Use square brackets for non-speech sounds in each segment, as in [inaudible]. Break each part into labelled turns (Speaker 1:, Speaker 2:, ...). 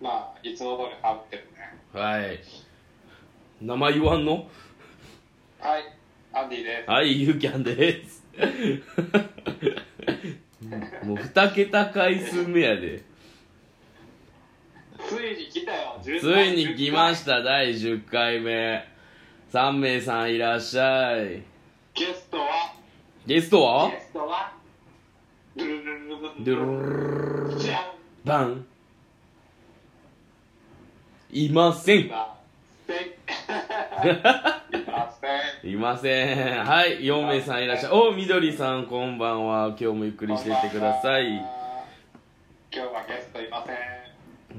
Speaker 1: まあ、いつも通り羽織ってるね。
Speaker 2: はい名前言わんの
Speaker 1: はい、アンディです。
Speaker 2: はいゆうきゃんですもう2桁回数目やで
Speaker 1: ついに来たよ、つ
Speaker 2: ついに来ました第10回目3名さんいらっしゃい
Speaker 1: ゲストは、
Speaker 2: ゲストは
Speaker 1: ゲストは、ドゥルルルルル
Speaker 2: ドゥルルルルル
Speaker 1: じゃん
Speaker 2: バンいません
Speaker 1: 今、ステイ。今、ステイ。
Speaker 2: いませんはい4名さんいらっしゃいおみどりさんこんばんは今日もゆっくりしていってください
Speaker 1: 今日はゲストいません。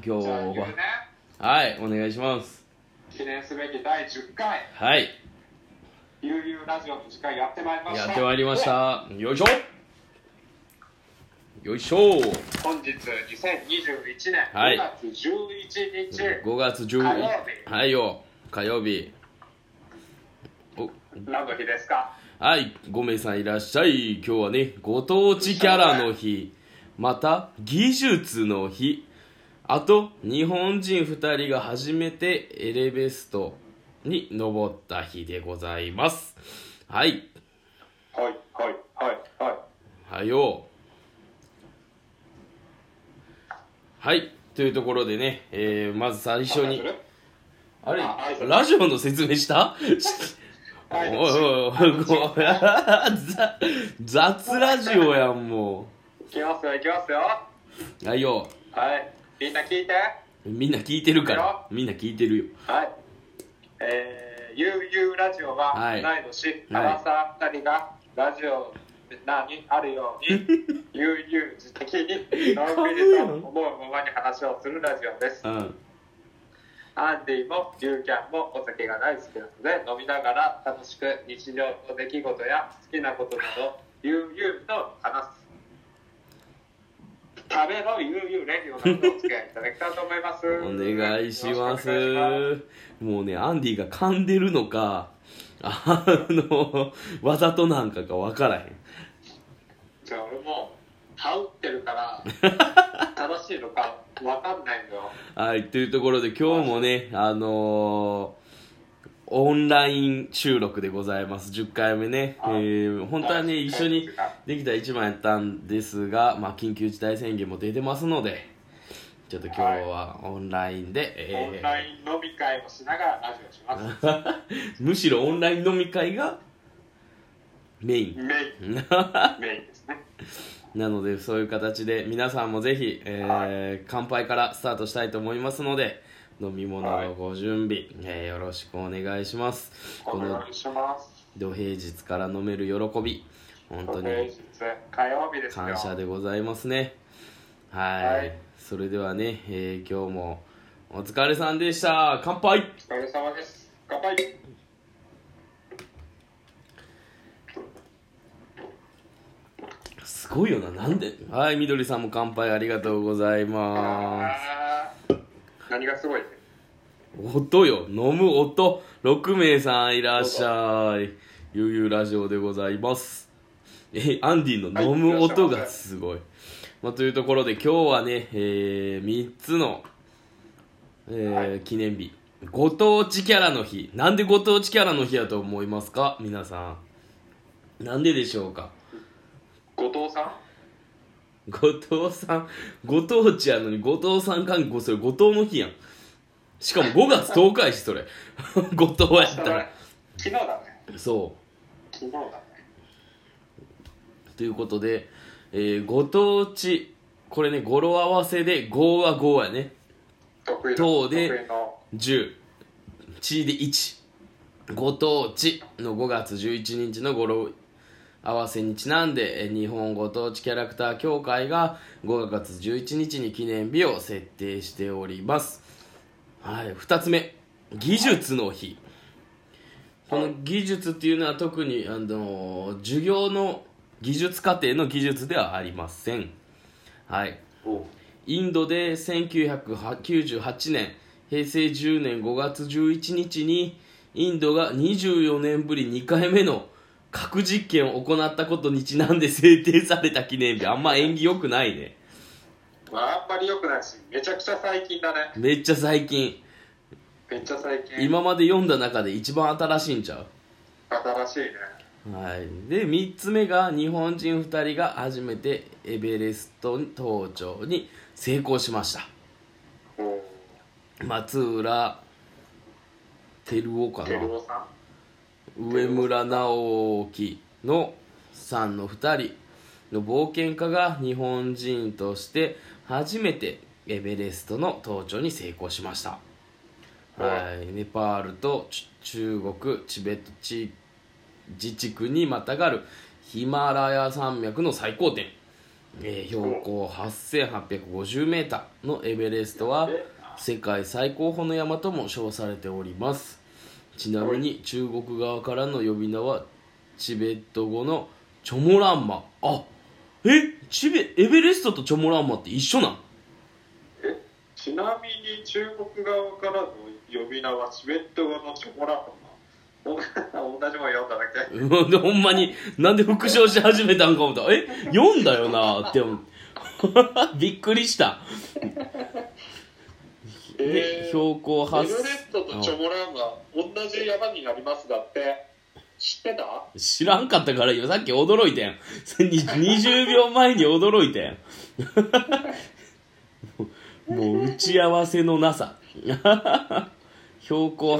Speaker 2: 今日
Speaker 1: じゃあ、言うね
Speaker 2: は。はいお願いします
Speaker 1: 記念すべき第10回、
Speaker 2: はい
Speaker 1: 悠々ラジオの時間やってまいりました。
Speaker 2: やってまいりまし。たよいしょよいしょ
Speaker 1: 本日、2021年
Speaker 2: はい
Speaker 1: 5月11日、
Speaker 2: 5月
Speaker 1: 火曜
Speaker 2: 11
Speaker 1: 日
Speaker 2: はいよ火曜日お
Speaker 1: 何の日ですか
Speaker 2: はい5名さんいらっしゃい今日はねご当地キャラの日また技術の日あと日本人2人が初めてエレベストに登った日でございますはい
Speaker 1: はいはいはいはい。
Speaker 2: はようはいというところでね、えーまず最初にあれ
Speaker 1: あはい
Speaker 2: ラジオの説明した
Speaker 1: はい
Speaker 2: おいおいおいごめん雑雑ラジオやんも
Speaker 1: いきますよいきますよ
Speaker 2: うはいよ
Speaker 1: はいみんな聞いて
Speaker 2: みんな聞いてるからみんな聞いてるよ
Speaker 1: はいえー、ゆうゆうラジオは
Speaker 2: はい
Speaker 1: 同い年アラサー二人がラジオなにあるように
Speaker 2: [laughs]
Speaker 1: ゆうゆう自的にのんびりと思うままに話をするラジオです
Speaker 2: うん
Speaker 1: アンディもユーキャンもお酒が大好きなので飲みながら楽しく日常の出来事や好きなことなど悠々と話す食べの悠々レディオなどお付き合いいただきたいと思います
Speaker 2: お願いします
Speaker 1: よろしくお願いし
Speaker 2: もうねアンディが噛んでるのかあのわざとなんかが分からへん
Speaker 1: ますじゃあ俺も羽織ってるから正しいのかわかんないのよ
Speaker 2: はい、というところで今日もね、あのーオンライン収録でございます。10回目ね。え
Speaker 1: はい
Speaker 2: ー本当はね、一緒にできた一番やったんですが、まあ、緊急事態宣言も出てますので、ちょっと今日はオンラインで、
Speaker 1: オン
Speaker 2: え
Speaker 1: ライン飲み会をしながらラジオします [laughs]
Speaker 2: ーむしろオンライン飲み会がメイ
Speaker 1: [laughs]
Speaker 2: ン。
Speaker 1: メインメインですね
Speaker 2: なので、そういう形で皆さんもぜひ、えー乾杯からスタートしたいと思いますので、飲み物のご準備、えーよろしくお願いします。
Speaker 1: お願いします
Speaker 2: 土平日から飲める喜び本当
Speaker 1: 平
Speaker 2: に
Speaker 1: 日火曜日ですよ
Speaker 2: 感謝でございますねはい、
Speaker 1: はい
Speaker 2: それではね、えー今日もお疲れさんでした乾杯
Speaker 1: お疲れ様です乾杯
Speaker 2: すごいよななんではいみどりさんも乾杯ありがとうございます
Speaker 1: あー何がすごい
Speaker 2: 音よ飲む音6名さんいらっしゃいゆうゆうラジオでございますえアンディの飲む音がすごい、まあ、というところで今日はね、え3つの、えー記念日ご当地キャラの日なんでご当地キャラの日やと思いますか皆さんなんででしょうか
Speaker 1: 後藤さん
Speaker 2: 後藤さんご当地やのに後藤さん関係それ後藤の日やんしかも5月10日やしそれ [laughs] 後藤やったら
Speaker 1: 昨日だね
Speaker 2: そ
Speaker 1: 昨日だね
Speaker 2: うということで、えーご当地これね語呂合わせで5は5やね
Speaker 1: 得意の
Speaker 2: どうで
Speaker 1: 得意の
Speaker 2: 10地で1ご当地の5月11日の語呂合わせにちなんでえー日本ご当地キャラクター協会が5月11日に記念日を設定しております、はい、2つ目技術の日この技術っていうのは特にあのー授業の技術課程の技術ではありませんはいインドで1998年平成10年5月11日にインドが24年ぶり2回目の核実験を行ったことにちなんで制定された記念日あんま縁起良くないね
Speaker 1: まあ、あんまり良くないし、めちゃくちゃ最近だね。
Speaker 2: めっちゃ最近
Speaker 1: めっちゃ最近。
Speaker 2: 今まで読んだ中で一番新しいんちゃ
Speaker 1: 新しいね。
Speaker 2: うはいで3つ目が日本人2人が初めてエベレスト登頂に成功しました
Speaker 1: お
Speaker 2: 松浦照夫か
Speaker 1: ー、
Speaker 2: な
Speaker 1: 照夫さん。
Speaker 2: 上村直樹のさんの2人の冒険家が日本人として初めてエベレストの登頂に成功しました、はい、ネパールとち中国チベット地自治区にまたがるヒマラヤ山脈の最高点、えー標高 8850m のエベレストは世界最高峰の山とも称されておりますちなみに中国側からの呼び名はチベット語のチョモランマあえチベエベレストとチョモランマって一緒なん [laughs]
Speaker 1: え、ちなみに中国側からの呼び名はチベット語のチョコラトンだ。お [laughs] 同じもん読んだだけ。
Speaker 2: うんでほんまになんで復唱し始めたんか思ったえ読んだよなって思って [laughs] びっくりしたで
Speaker 1: えー
Speaker 2: 標高
Speaker 1: エベレ
Speaker 2: 8
Speaker 1: ストとチョモランが同じ山になりますだって知ってた
Speaker 2: 知らんかったからよさっき驚いてん [laughs] 20秒前に驚いてん [laughs] もうもう打ち合わせのなさ [laughs] 標高8850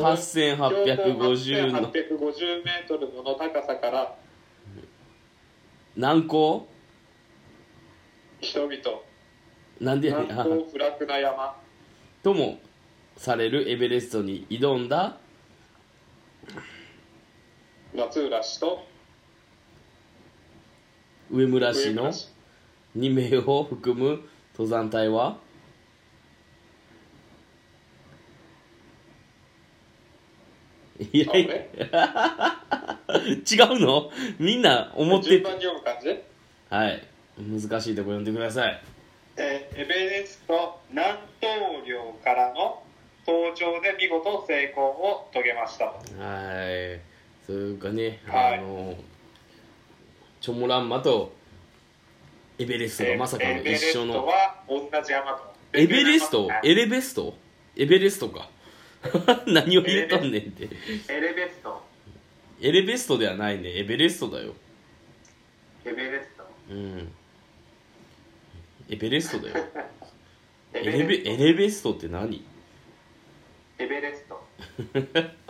Speaker 2: の
Speaker 1: 標高8850メートルもの高さから
Speaker 2: 難攻
Speaker 1: 人々
Speaker 2: なんでやねんあ
Speaker 1: 南東不落な山
Speaker 2: ともされるエベレストに挑んだ
Speaker 1: 松浦氏と
Speaker 2: 上村氏の
Speaker 1: 上氏
Speaker 2: 2名を含む登山隊はいやいや [laughs] 違うのみんな思って
Speaker 1: 順
Speaker 2: て
Speaker 1: 番に読む感じ
Speaker 2: はい難しいとこ読んでください
Speaker 1: えーエベレスト南東領からの登頂で見事成功を遂げましたと
Speaker 2: はいそういうかね、
Speaker 1: はい
Speaker 2: あのチョモランマとエベレストがまさかの一緒の
Speaker 1: エベレストは同じ山と
Speaker 2: エベレスト
Speaker 1: エ
Speaker 2: エレベストエベレストか [laughs] 何を言うとんねんって
Speaker 1: レベスト
Speaker 2: エレベストではないねエベレストだよ
Speaker 1: エベレスト
Speaker 2: うんエベレストだよ
Speaker 1: エ
Speaker 2: エレベエレベストって何
Speaker 1: エベレスト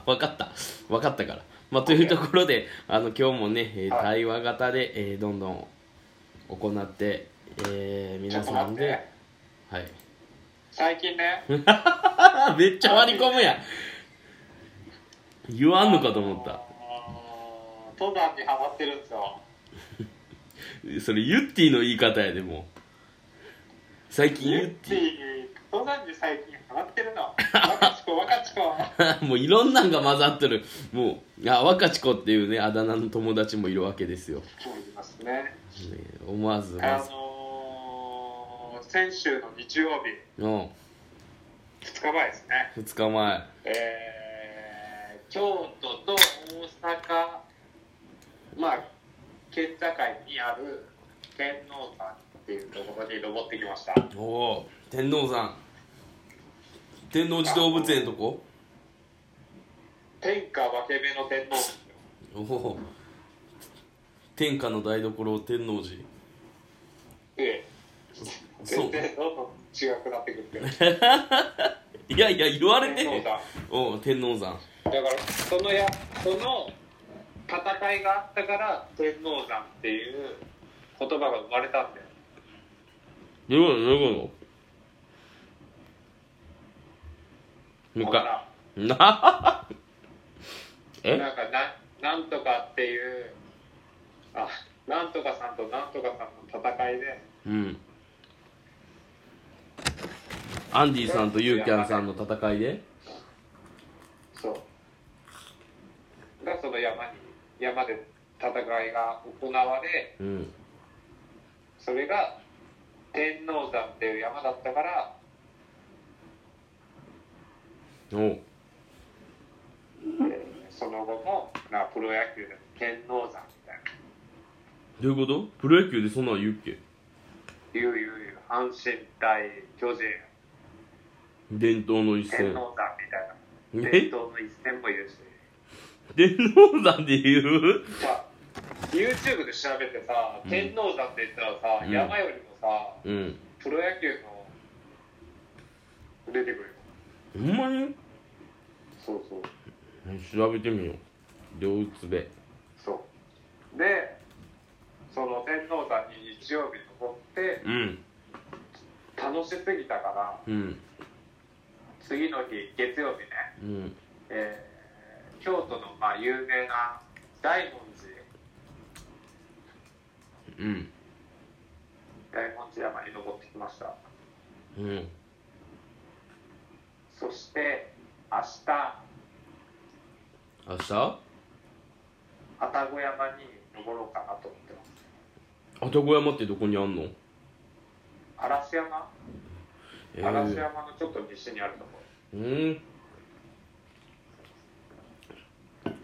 Speaker 2: 分かった分かったから、まあ、というところであの今日もね、えー
Speaker 1: はい
Speaker 2: 対話型で、えーどんどん行って、えー
Speaker 1: ちょ
Speaker 2: 皆
Speaker 1: っと
Speaker 2: さ
Speaker 1: 待
Speaker 2: ん
Speaker 1: っ
Speaker 2: で
Speaker 1: て
Speaker 2: はい
Speaker 1: 最近ね
Speaker 2: あ [laughs] めっちゃ割り込むやん言わんのかと思った
Speaker 1: あのー登山にハマってるんですよ
Speaker 2: それユッティの言い方やでもう最近ユ
Speaker 1: ユ
Speaker 2: ッ
Speaker 1: ッ
Speaker 2: テ
Speaker 1: ティ登山に最近ハマって
Speaker 2: [laughs]
Speaker 1: るの若ちこ若ちこ
Speaker 2: ィ [laughs] もういろんなんが混ざってるもうあ若智子っていうねあだ名の友達もいるわけですよ、ね
Speaker 1: そう言いますね
Speaker 2: 思わず
Speaker 1: あのー先週の日曜日
Speaker 2: の
Speaker 1: 2日前ですね、
Speaker 2: 2日前
Speaker 1: えー京都と大阪、まあ、県境にある天王山っていうところに登ってきました
Speaker 2: おお天王山天王寺動物園のとこ
Speaker 1: 天下分け目の天皇ですよ
Speaker 2: おお天下の台所天王寺
Speaker 1: で
Speaker 2: そ
Speaker 1: 全
Speaker 2: う
Speaker 1: 然どんどん違くなってくるけど
Speaker 2: いやいや言われて
Speaker 1: 天皇
Speaker 2: へん
Speaker 1: 山
Speaker 2: おう天王山
Speaker 1: だからそのやその戦いがあったから天皇山っていう言葉が生まれたんだよ
Speaker 2: どういうことどういう
Speaker 1: だか
Speaker 2: こともう一回な
Speaker 1: ら
Speaker 2: え
Speaker 1: なんかななんとかっていうあなんとかさんとなんとかさんの戦いで
Speaker 2: うんアンディさんとユーキャンさんの戦いで
Speaker 1: そうがその山に山で戦いが行われ
Speaker 2: うん
Speaker 1: それが天王山っていう山だったから
Speaker 2: おう
Speaker 1: その後もなプロ野球でも天王山みたいな
Speaker 2: どういうことプロ野球でそんなん言うっけ
Speaker 1: 言う言う言う阪神対巨人
Speaker 2: 伝統の一
Speaker 1: 天
Speaker 2: 戦
Speaker 1: 皇山みたいな
Speaker 2: え
Speaker 1: 伝統の一戦も言うし、
Speaker 2: 天王山で言う
Speaker 1: まあ、YouTube で調べてさ
Speaker 2: うん
Speaker 1: 天皇山って言ったらさ、
Speaker 2: うん
Speaker 1: 山よりもさ
Speaker 2: うん
Speaker 1: プロ野球の出てくるよ
Speaker 2: ほんまに
Speaker 1: そうそう
Speaker 2: 調べてみよう両うつべ
Speaker 1: そうでその天皇山に日曜日登って
Speaker 2: うん
Speaker 1: 楽しすぎたから
Speaker 2: うん
Speaker 1: 次の日月曜日ね、
Speaker 2: うん
Speaker 1: えー京都のまあ有名な大文字
Speaker 2: うん
Speaker 1: 大文字山に登ってきました
Speaker 2: うん
Speaker 1: そして明日
Speaker 2: 明日愛
Speaker 1: 愛宕山に登ろうかなと思ってます
Speaker 2: 宕山ってどこにあんの
Speaker 1: 嵐山、
Speaker 2: え
Speaker 1: 嵐
Speaker 2: ー、
Speaker 1: 山のちょっと西にあるとこ
Speaker 2: うん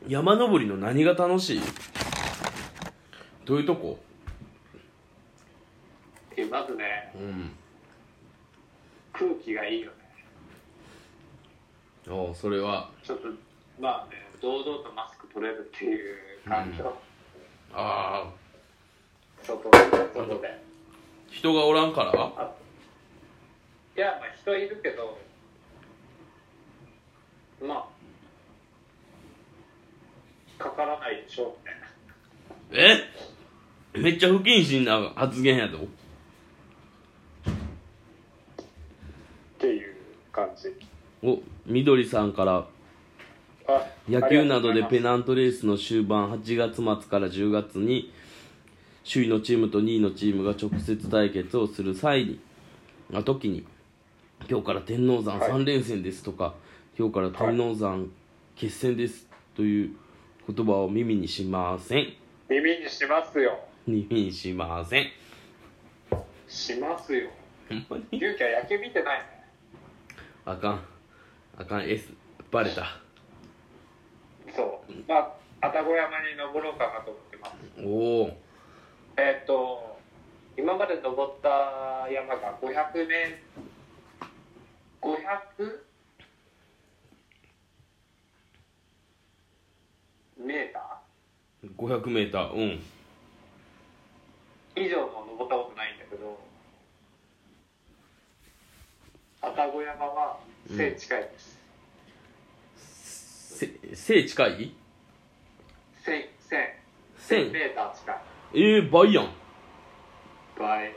Speaker 2: 山登りの何が楽しいどういうとこ
Speaker 1: ろでまずね
Speaker 2: うん
Speaker 1: 空気がいいよね
Speaker 2: ああそれは
Speaker 1: ちょっとまあね堂々とマスク取れるっていう感じの、
Speaker 2: ああ
Speaker 1: 外外で
Speaker 2: 人がおらんから
Speaker 1: あいやまあ人いるけどまあかからないでしょみたいな
Speaker 2: えめっちゃ不謹慎な発言やぞ
Speaker 1: っていう感じ
Speaker 2: おみどりさんから
Speaker 1: あ
Speaker 2: 野球などでペ
Speaker 1: ン
Speaker 2: ナントレースの終盤8月末から10月に首位のチームと2位のチームが直接対決をする際にあ時に今日から天王山
Speaker 1: はい
Speaker 2: 3連戦ですとか、今日から天王山決戦ですという言葉を耳にしません [laughs]
Speaker 1: 耳にしますよ
Speaker 2: 耳にしません
Speaker 1: しますよ
Speaker 2: ほんまに
Speaker 1: 勇気は野球見てないね
Speaker 2: あかんあかん S バレた
Speaker 1: そうまあ愛宕山に登ろうかなと思ってます
Speaker 2: おお
Speaker 1: えっ、と今まで登った山が500メートル 500? メータ
Speaker 2: 500m うん
Speaker 1: ー以上も登ったことないんだけど愛宕山は背近いです、
Speaker 2: せ背近い
Speaker 1: 千千1000 1000
Speaker 2: 1000
Speaker 1: メーター近い
Speaker 2: えー、倍やん
Speaker 1: 倍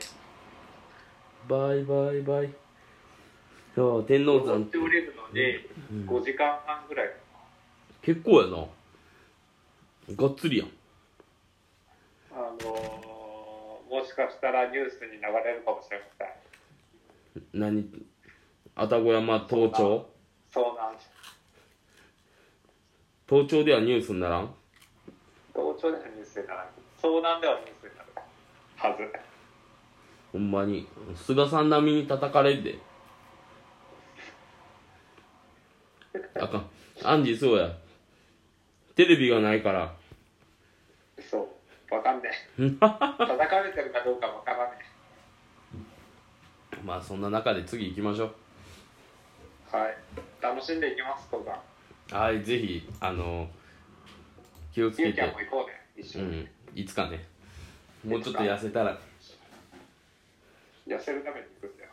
Speaker 2: バイバイバイそう天王
Speaker 1: 登っ
Speaker 2: 山
Speaker 1: て降りるのに5時間半ぐらいか
Speaker 2: 結構やながっつりやん
Speaker 1: なあのーもしかしたらニュースに流れるかもしれません
Speaker 2: 何愛宕山登頂
Speaker 1: そうなんです
Speaker 2: 登頂ではニュースにならん
Speaker 1: 同調ではニュースにならない相談ではニュースになるはず
Speaker 2: ほんまに菅さん並みに叩かれるであかんアンジーそうやテレビがないから
Speaker 1: そうわかんね [laughs] え叩かれてるかどうかわからね
Speaker 2: まあそんな中で次行きましょう
Speaker 1: えはい楽しんでいきますとか
Speaker 2: はいぜひあの気をつ
Speaker 1: ゆ
Speaker 2: け
Speaker 1: うきゃん
Speaker 2: て
Speaker 1: も行こうね一
Speaker 2: う
Speaker 1: 緒に、
Speaker 2: んいつかねもうちょっと痩せたら
Speaker 1: 痩せるために行くんだよ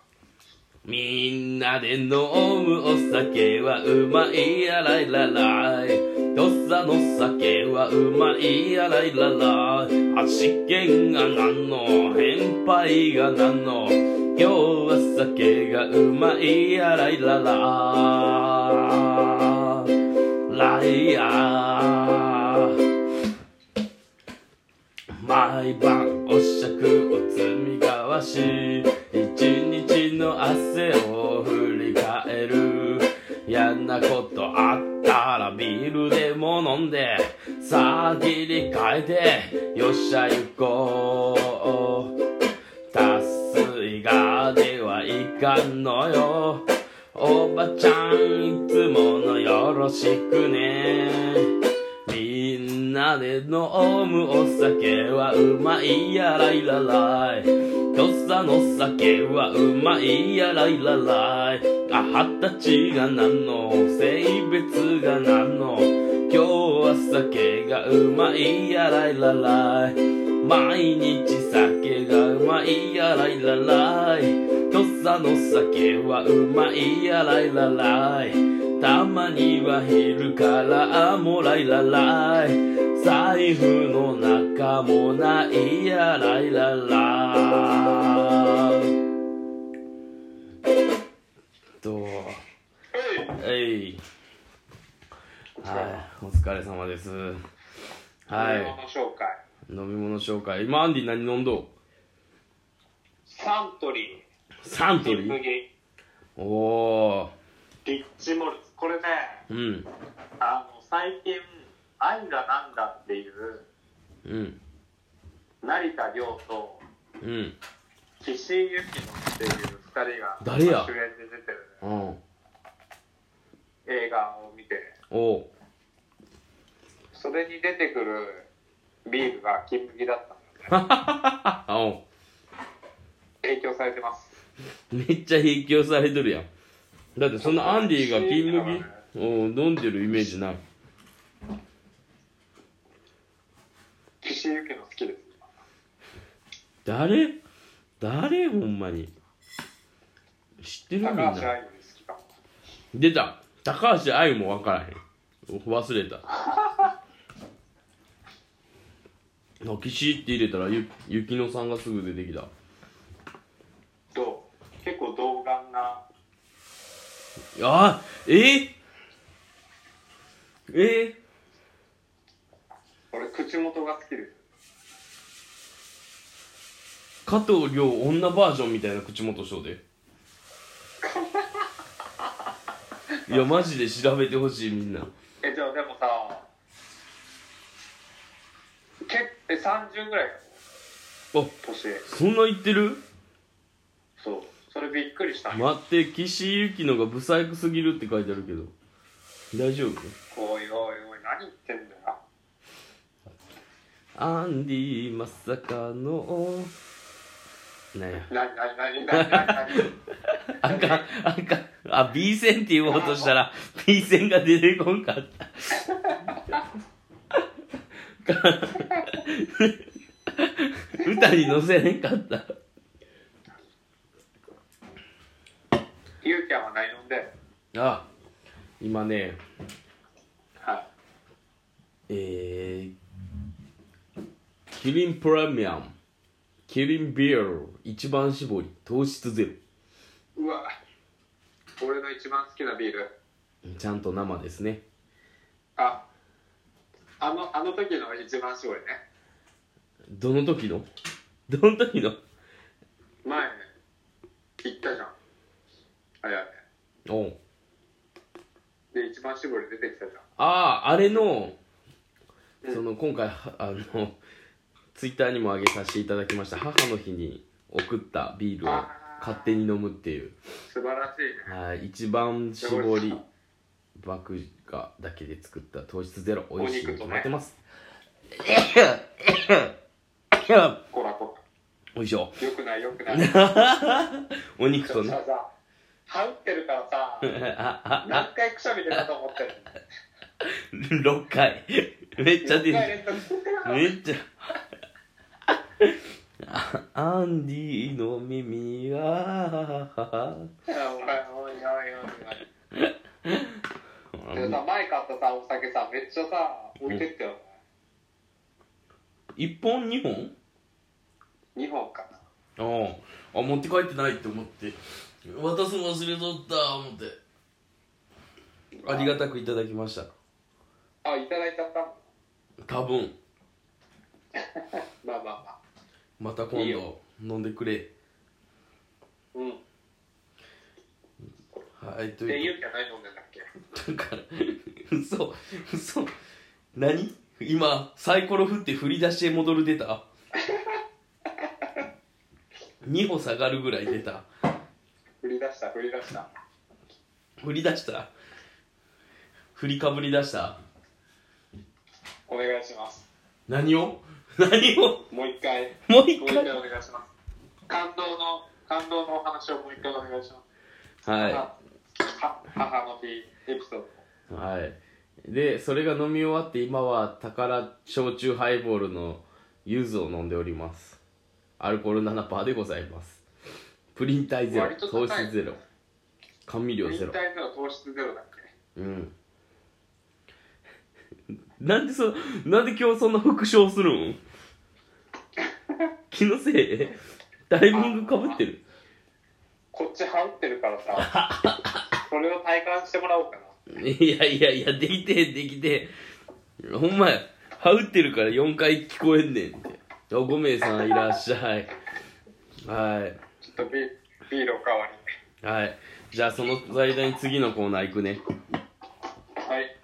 Speaker 2: みんなで飲むお酒はうまいやらいららい。土佐の酒はうまいやらいららい。足剣がなんの、返杯がなんの。今日は酒がうまいやらいらら。ライアー。毎晩お酌を積み交わし一日の汗を振り返る嫌なことあったらビールでも飲んでさあ切り替えてよっしゃ行こう達水がではいかんのよおばちゃんいつものよろしくねみんなで飲むお酒はうまいやらいららい土佐の酒はうまいやらいららいあ二十歳が何の性別が何の今日は酒がうまいやらいららい毎日酒がうまいやらいららい土佐の酒はうまいやらいららいたまには昼からもらいららい財布の中もないやらいららとはいはいお疲れ様ですは
Speaker 1: 飲み
Speaker 2: い
Speaker 1: 物紹介。
Speaker 2: 飲み物紹介今アンディ何飲んどう
Speaker 1: サントリ
Speaker 2: サン
Speaker 1: ー、
Speaker 2: トリ
Speaker 1: 金
Speaker 2: ー
Speaker 1: 麦、
Speaker 2: おお
Speaker 1: リッチモルツ。これね、
Speaker 2: ーうん
Speaker 1: あの、最近、愛がなんだっていう、
Speaker 2: うん
Speaker 1: 成田凌と
Speaker 2: うん
Speaker 1: 岸井ゆきのっていう二人が
Speaker 2: 誰や
Speaker 1: 主演で出てる
Speaker 2: うん
Speaker 1: 映画を見て、
Speaker 2: おう
Speaker 1: それに出てくるビールが金麦だったんですね。
Speaker 2: あおう
Speaker 1: 影響されてます。
Speaker 2: めっちゃ影響されとるやんだってそのアンディが金麦を飲んでるイメージない
Speaker 1: 岸井ゆきの好きです。
Speaker 2: 誰誰ほんまに知ってるみ
Speaker 1: 高
Speaker 2: ん
Speaker 1: 橋愛
Speaker 2: な
Speaker 1: の好きかも。
Speaker 2: 出た高橋愛も分からへん忘れたあキシって入れたらゆゆきのさんがすぐ出てきた
Speaker 1: どう結構童顔な。
Speaker 2: あえー、え
Speaker 1: 俺、口元が好きです。
Speaker 2: ー、加藤亮女バージョンみたいな口元しとうでいやマジで調べてほしいみんな
Speaker 1: え、じゃあでもさ、けえ30ぐらいかな
Speaker 2: あ
Speaker 1: 年。
Speaker 2: そんな言ってる
Speaker 1: そう。それびっくりした。
Speaker 2: 待って岸井ゆきのがブサイクすぎるって書いてあるけど大丈夫
Speaker 1: おいおいおい、何言ってんだよ。
Speaker 2: アンディまさかのなんや
Speaker 1: なになになになになになに
Speaker 2: あかんあかんあ B 線って言おうとしたら B 線が出てこんかったか歌に乗せれんかった
Speaker 1: ゆうきゃんは何飲んで
Speaker 2: あ今ね
Speaker 1: はい。
Speaker 2: えー、キリンプレミアムキリンビール一番搾り糖質ゼロ
Speaker 1: うわ俺の一番好きなビール
Speaker 2: ちゃんと生ですね
Speaker 1: ああのあの時の一番搾りね
Speaker 2: どの時のどの時の
Speaker 1: 前ね行ったじゃんあれやね
Speaker 2: おう
Speaker 1: で一番搾り出てきたじゃん
Speaker 2: あああれの
Speaker 1: うん
Speaker 2: その今回はあのツイッターにも上げさせていただきました母の日に送ったビールを勝手に飲むっていう
Speaker 1: 素晴らしいね
Speaker 2: はい一番搾り麦芽だけで作った糖質ゼロ美味しいに決まってます、
Speaker 1: こらこ
Speaker 2: おいしょ
Speaker 1: らよくないよくない
Speaker 2: [laughs]
Speaker 1: ちょ
Speaker 2: お肉
Speaker 1: っ
Speaker 2: と
Speaker 1: と
Speaker 2: ね
Speaker 1: ささ羽打ってるからさ
Speaker 2: [laughs]
Speaker 1: 何回くしゃみ出たと思ってる
Speaker 2: 6回め [laughs] っちゃ出て
Speaker 1: 一
Speaker 2: きた
Speaker 1: 回連続
Speaker 2: めっちゃあアンディの耳が
Speaker 1: [laughs] おいおいおいお
Speaker 2: [laughs]
Speaker 1: いおいでさ前買ったさお酒さめっちゃさ置いてったよ
Speaker 2: 1本2本
Speaker 1: 2本かな
Speaker 2: ああ持って帰ってないって思って渡すの忘れとった思ってありがたくいただきました
Speaker 1: あいただいちゃった
Speaker 2: 多分
Speaker 1: まあまあまあ
Speaker 2: また今
Speaker 1: いい
Speaker 2: 度
Speaker 1: よ
Speaker 2: 飲んでくれ
Speaker 1: うん
Speaker 2: はいと
Speaker 1: で
Speaker 2: い
Speaker 1: ゆ
Speaker 2: う
Speaker 1: うきは何飲んでんだっけ
Speaker 2: だから嘘嘘何今サイコロ振って振り出して戻る出た2歩下がるぐらい出た
Speaker 1: 振り出した振り出した
Speaker 2: 振り出した振りかぶり出した
Speaker 1: お願いします
Speaker 2: 何を何を
Speaker 1: もう一回
Speaker 2: もう一
Speaker 1: もう一
Speaker 2: 回
Speaker 1: 回お願いします感動の、感動のお話をもう一回お願いします。
Speaker 2: はい
Speaker 1: は母の日エピソー
Speaker 2: はい。で、それが飲み終わって、今は宝焼酎ハイボールの柚子を飲んでおります。アルコール7%でございます。プリン体ゼロ
Speaker 1: 割、と高
Speaker 2: 糖
Speaker 1: い
Speaker 2: 質ゼロ、甘味料
Speaker 1: ド。
Speaker 2: ゼ
Speaker 1: 引退
Speaker 2: ロ。
Speaker 1: ゼロ、糖質ゼロだっけ
Speaker 2: うん。なん [laughs] でそ、なんで今日そんな復唱するん気のせ
Speaker 1: [laughs]
Speaker 2: いタイミングかぶってる
Speaker 1: こっち羽織ってるからさ、
Speaker 2: [laughs]
Speaker 1: それを体感してもらおうかな。
Speaker 2: いやいやいや、できてへん、できてへん。ほんまや、羽打ってるから4回聞こえんねんって。お5名さんいらっしゃい。は
Speaker 1: ちょっとビビールおかわり。
Speaker 2: い。はい。じゃあその間に次のコーナー行くね。
Speaker 1: はい。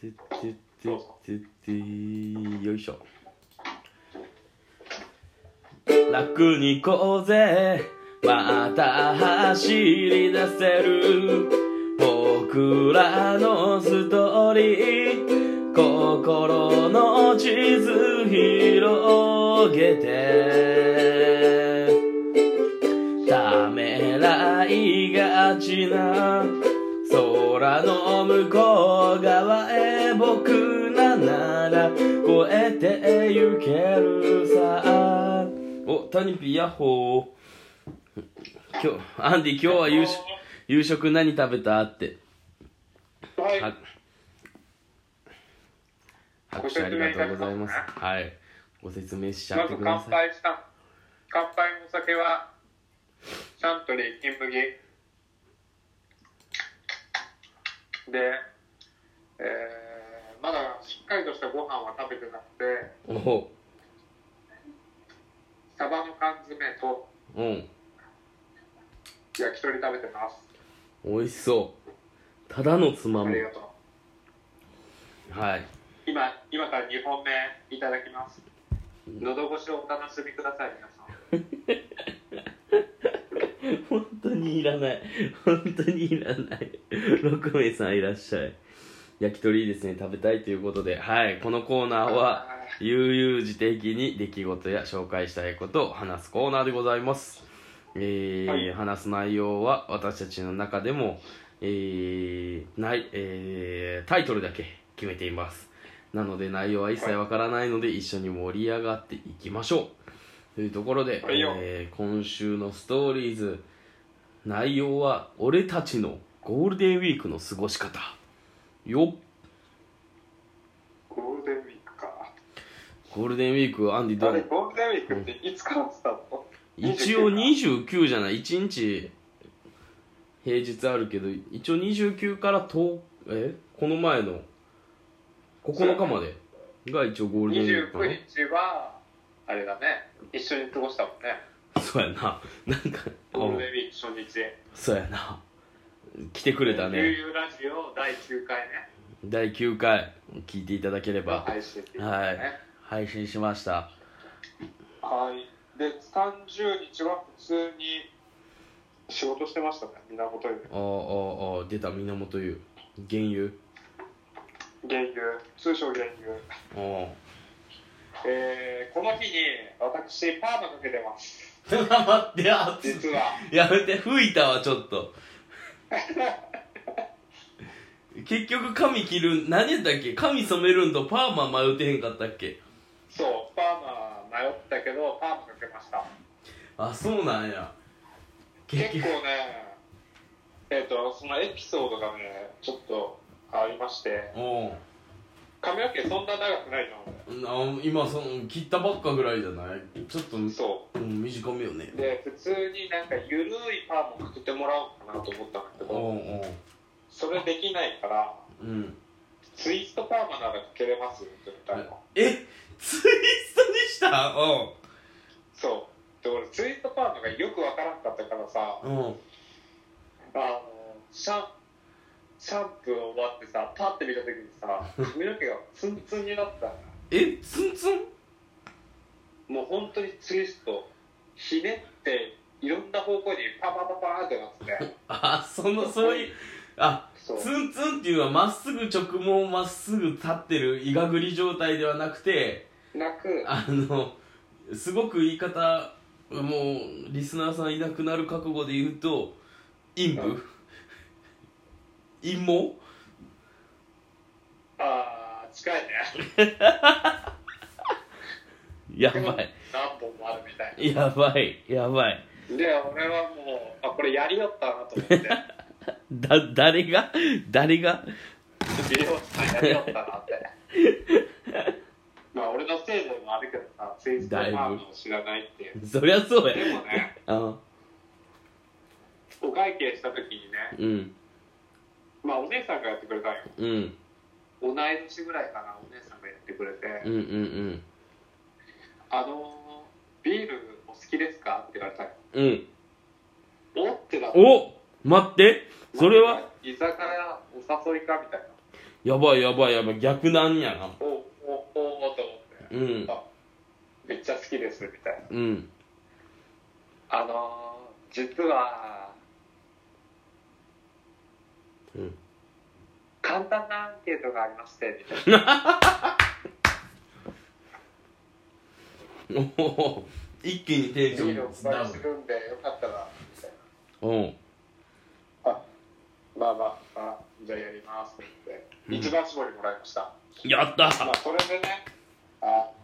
Speaker 2: てってってってってよいしょ楽に行こうぜまた走り出せる僕らのストーリー心の地図広げてためらいがちな空の向こう側へ僕らなら越えてゆけるさおタニピヤッホー今日アンディ今日は夕食夕食何食べたって
Speaker 1: はい。
Speaker 2: は拍手ありがとうございますはいご説明しちゃ
Speaker 1: ま
Speaker 2: って
Speaker 1: ず
Speaker 2: くだ
Speaker 1: 乾
Speaker 2: さい
Speaker 1: 杯した。乾杯のお酒は、サントリー金麦。で、えーまだしっかりとしたご飯は食べてなくて、
Speaker 2: おお
Speaker 1: サバの缶詰と
Speaker 2: うん
Speaker 1: 焼き鳥食べてます。
Speaker 2: 美味しそうただのつま
Speaker 1: あ
Speaker 2: み
Speaker 1: りがとう。
Speaker 2: はい
Speaker 1: 今、今から2本目いただきます。喉越しをお楽しみください、皆さん。
Speaker 2: 本当にいらない本当にいらない6名さんいらっしゃい焼き鳥いいですね食べたいということではいこのコーナーは悠々自適に出来事や紹介したいことを話すコーナーでございますえー
Speaker 1: はい
Speaker 2: 話す内容は私たちの中でも、えーないえータイトルだけ決めていますなので内容は一切わからないので一緒に盛り上がっていきましょうというところで、
Speaker 1: はいよ
Speaker 2: えー今週のストーリーズ内容は俺たちのゴールデンウィークの過ごし方よっ
Speaker 1: ゴールデンウィークか。
Speaker 2: ゴールデンウィークアンディど
Speaker 1: あれ、
Speaker 2: う
Speaker 1: ゴールデンウィークっていつからスタート
Speaker 2: 一応29じゃない1日平日あるけど一応29から10えこの前の9日までが一応ゴールデンウィークかな
Speaker 1: 29日はあれだね一緒に過ごしたもんね
Speaker 2: そうやななんか
Speaker 1: ゴールデンウィーク初日
Speaker 2: そうやな来てくれたね
Speaker 1: 悠々ラジオ第9回ね
Speaker 2: 第9回聞いていただければ
Speaker 1: 配信っていうね
Speaker 2: はい配信しました
Speaker 1: はいで30日は普通に仕事してましたね源湯
Speaker 2: おーおーおー出た源湯原油
Speaker 1: 原油通称原油
Speaker 2: お
Speaker 1: [laughs]
Speaker 2: お
Speaker 1: えー、この日に私パーマかけてます
Speaker 2: ー待ってあ
Speaker 1: 実
Speaker 2: [laughs]
Speaker 1: は
Speaker 2: やめて吹いたわちょっと結局髪切る何やったっけ髪染めるんとパーマ迷ってへんかったっけ
Speaker 1: そうパーマ迷ったけどパーマかけました
Speaker 2: あそうなんや
Speaker 1: 結構ねえっ、とそのエピソードがねちょっとありまして
Speaker 2: おう
Speaker 1: 髪の毛そんな長くないの
Speaker 2: な今その切ったばっかぐらいじゃないちょっと、うん、
Speaker 1: そ
Speaker 2: 短めよね
Speaker 1: うで普通になんかゆるいパーマかけてもらおうかなと思ったんだけ
Speaker 2: お
Speaker 1: ど
Speaker 2: うおう
Speaker 1: それできないから
Speaker 2: うん
Speaker 1: ツイストパーマならかけれますって言ったの
Speaker 2: えツイストにしたおう
Speaker 1: そうで俺ツイストパーマがよくわからんかったからさあ
Speaker 2: おう
Speaker 1: のシャンシャンプー終わってさパッて見た時にさ髪の毛がツンツンになってたのよ
Speaker 2: えツンツン
Speaker 1: もう本当にツイストひねっていろんな方向にパパパパーってなってて
Speaker 2: あそのそういうあ
Speaker 1: そう
Speaker 2: ツンツンっていうのはまっすぐ直毛まっすぐ立ってるいがぐり状態ではなくて
Speaker 1: なく
Speaker 2: あのすごく言い方もうリスナーさんいなくなる覚悟で言うと陰部陰謀
Speaker 1: ああ近いね
Speaker 2: やばい
Speaker 1: 何本もあるみたい
Speaker 2: やばいやばい
Speaker 1: なで俺はもうあこれやりよったなと
Speaker 2: [laughs]
Speaker 1: 思って
Speaker 2: だ誰が誰が
Speaker 1: 美容師さんやりよったなってまあ俺のせいでもあるけどさツイストファンの知らないっていう
Speaker 2: そりゃそうや
Speaker 1: でもね
Speaker 2: あ
Speaker 1: お会計した時にね
Speaker 2: うん
Speaker 1: まあお姉さんがやってくれたんよ
Speaker 2: うんうん
Speaker 1: 同い年ぐらいかなお姉さんがやってくれて、
Speaker 2: うんうん
Speaker 1: あのービールお好きですかって言われたら、
Speaker 2: うん
Speaker 1: おってなって
Speaker 2: お待ってそれは
Speaker 1: 居酒屋お誘いかみたいな。
Speaker 2: やばいやばいやばい逆なんやな
Speaker 1: おおおおと思って、
Speaker 2: うん
Speaker 1: あめっちゃ好きですみたいな。
Speaker 2: うん
Speaker 1: あのー、実は、
Speaker 2: うん
Speaker 1: 簡単なアンケートがありまして、みたいな。
Speaker 2: おお [laughs] 一気にテンシ
Speaker 1: ビール
Speaker 2: ョ
Speaker 1: お
Speaker 2: ン
Speaker 1: 伝
Speaker 2: ダ
Speaker 1: え
Speaker 2: ウ
Speaker 1: するんで、よかったら、みたい
Speaker 2: ンうん
Speaker 1: な。あまあまあ、まあ、じゃあやりますって言って、
Speaker 2: うん
Speaker 1: 一番絞りもらいました。
Speaker 2: やった [laughs]
Speaker 1: まあ、それでね、あの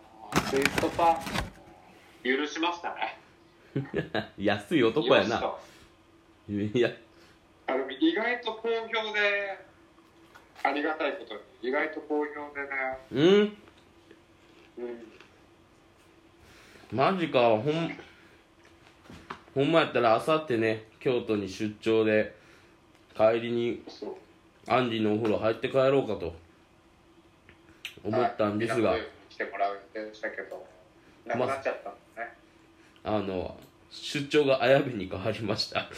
Speaker 1: ツイストパー、許しましたね。
Speaker 2: 安い男や
Speaker 1: 許し
Speaker 2: な
Speaker 1: た
Speaker 2: いや
Speaker 1: あの意外と好評で、ありがたいことに、意外と好評でね、
Speaker 2: うん
Speaker 1: うん、
Speaker 2: マジかほんほんまやったらあさってね京都に出張で帰りに
Speaker 1: そう。
Speaker 2: アンディのお風呂入って帰ろうかと思ったんですが、
Speaker 1: はい港に来てもらう予定でしたけど、なくなっちゃったんでね。
Speaker 2: あの出張が綾部に変わりました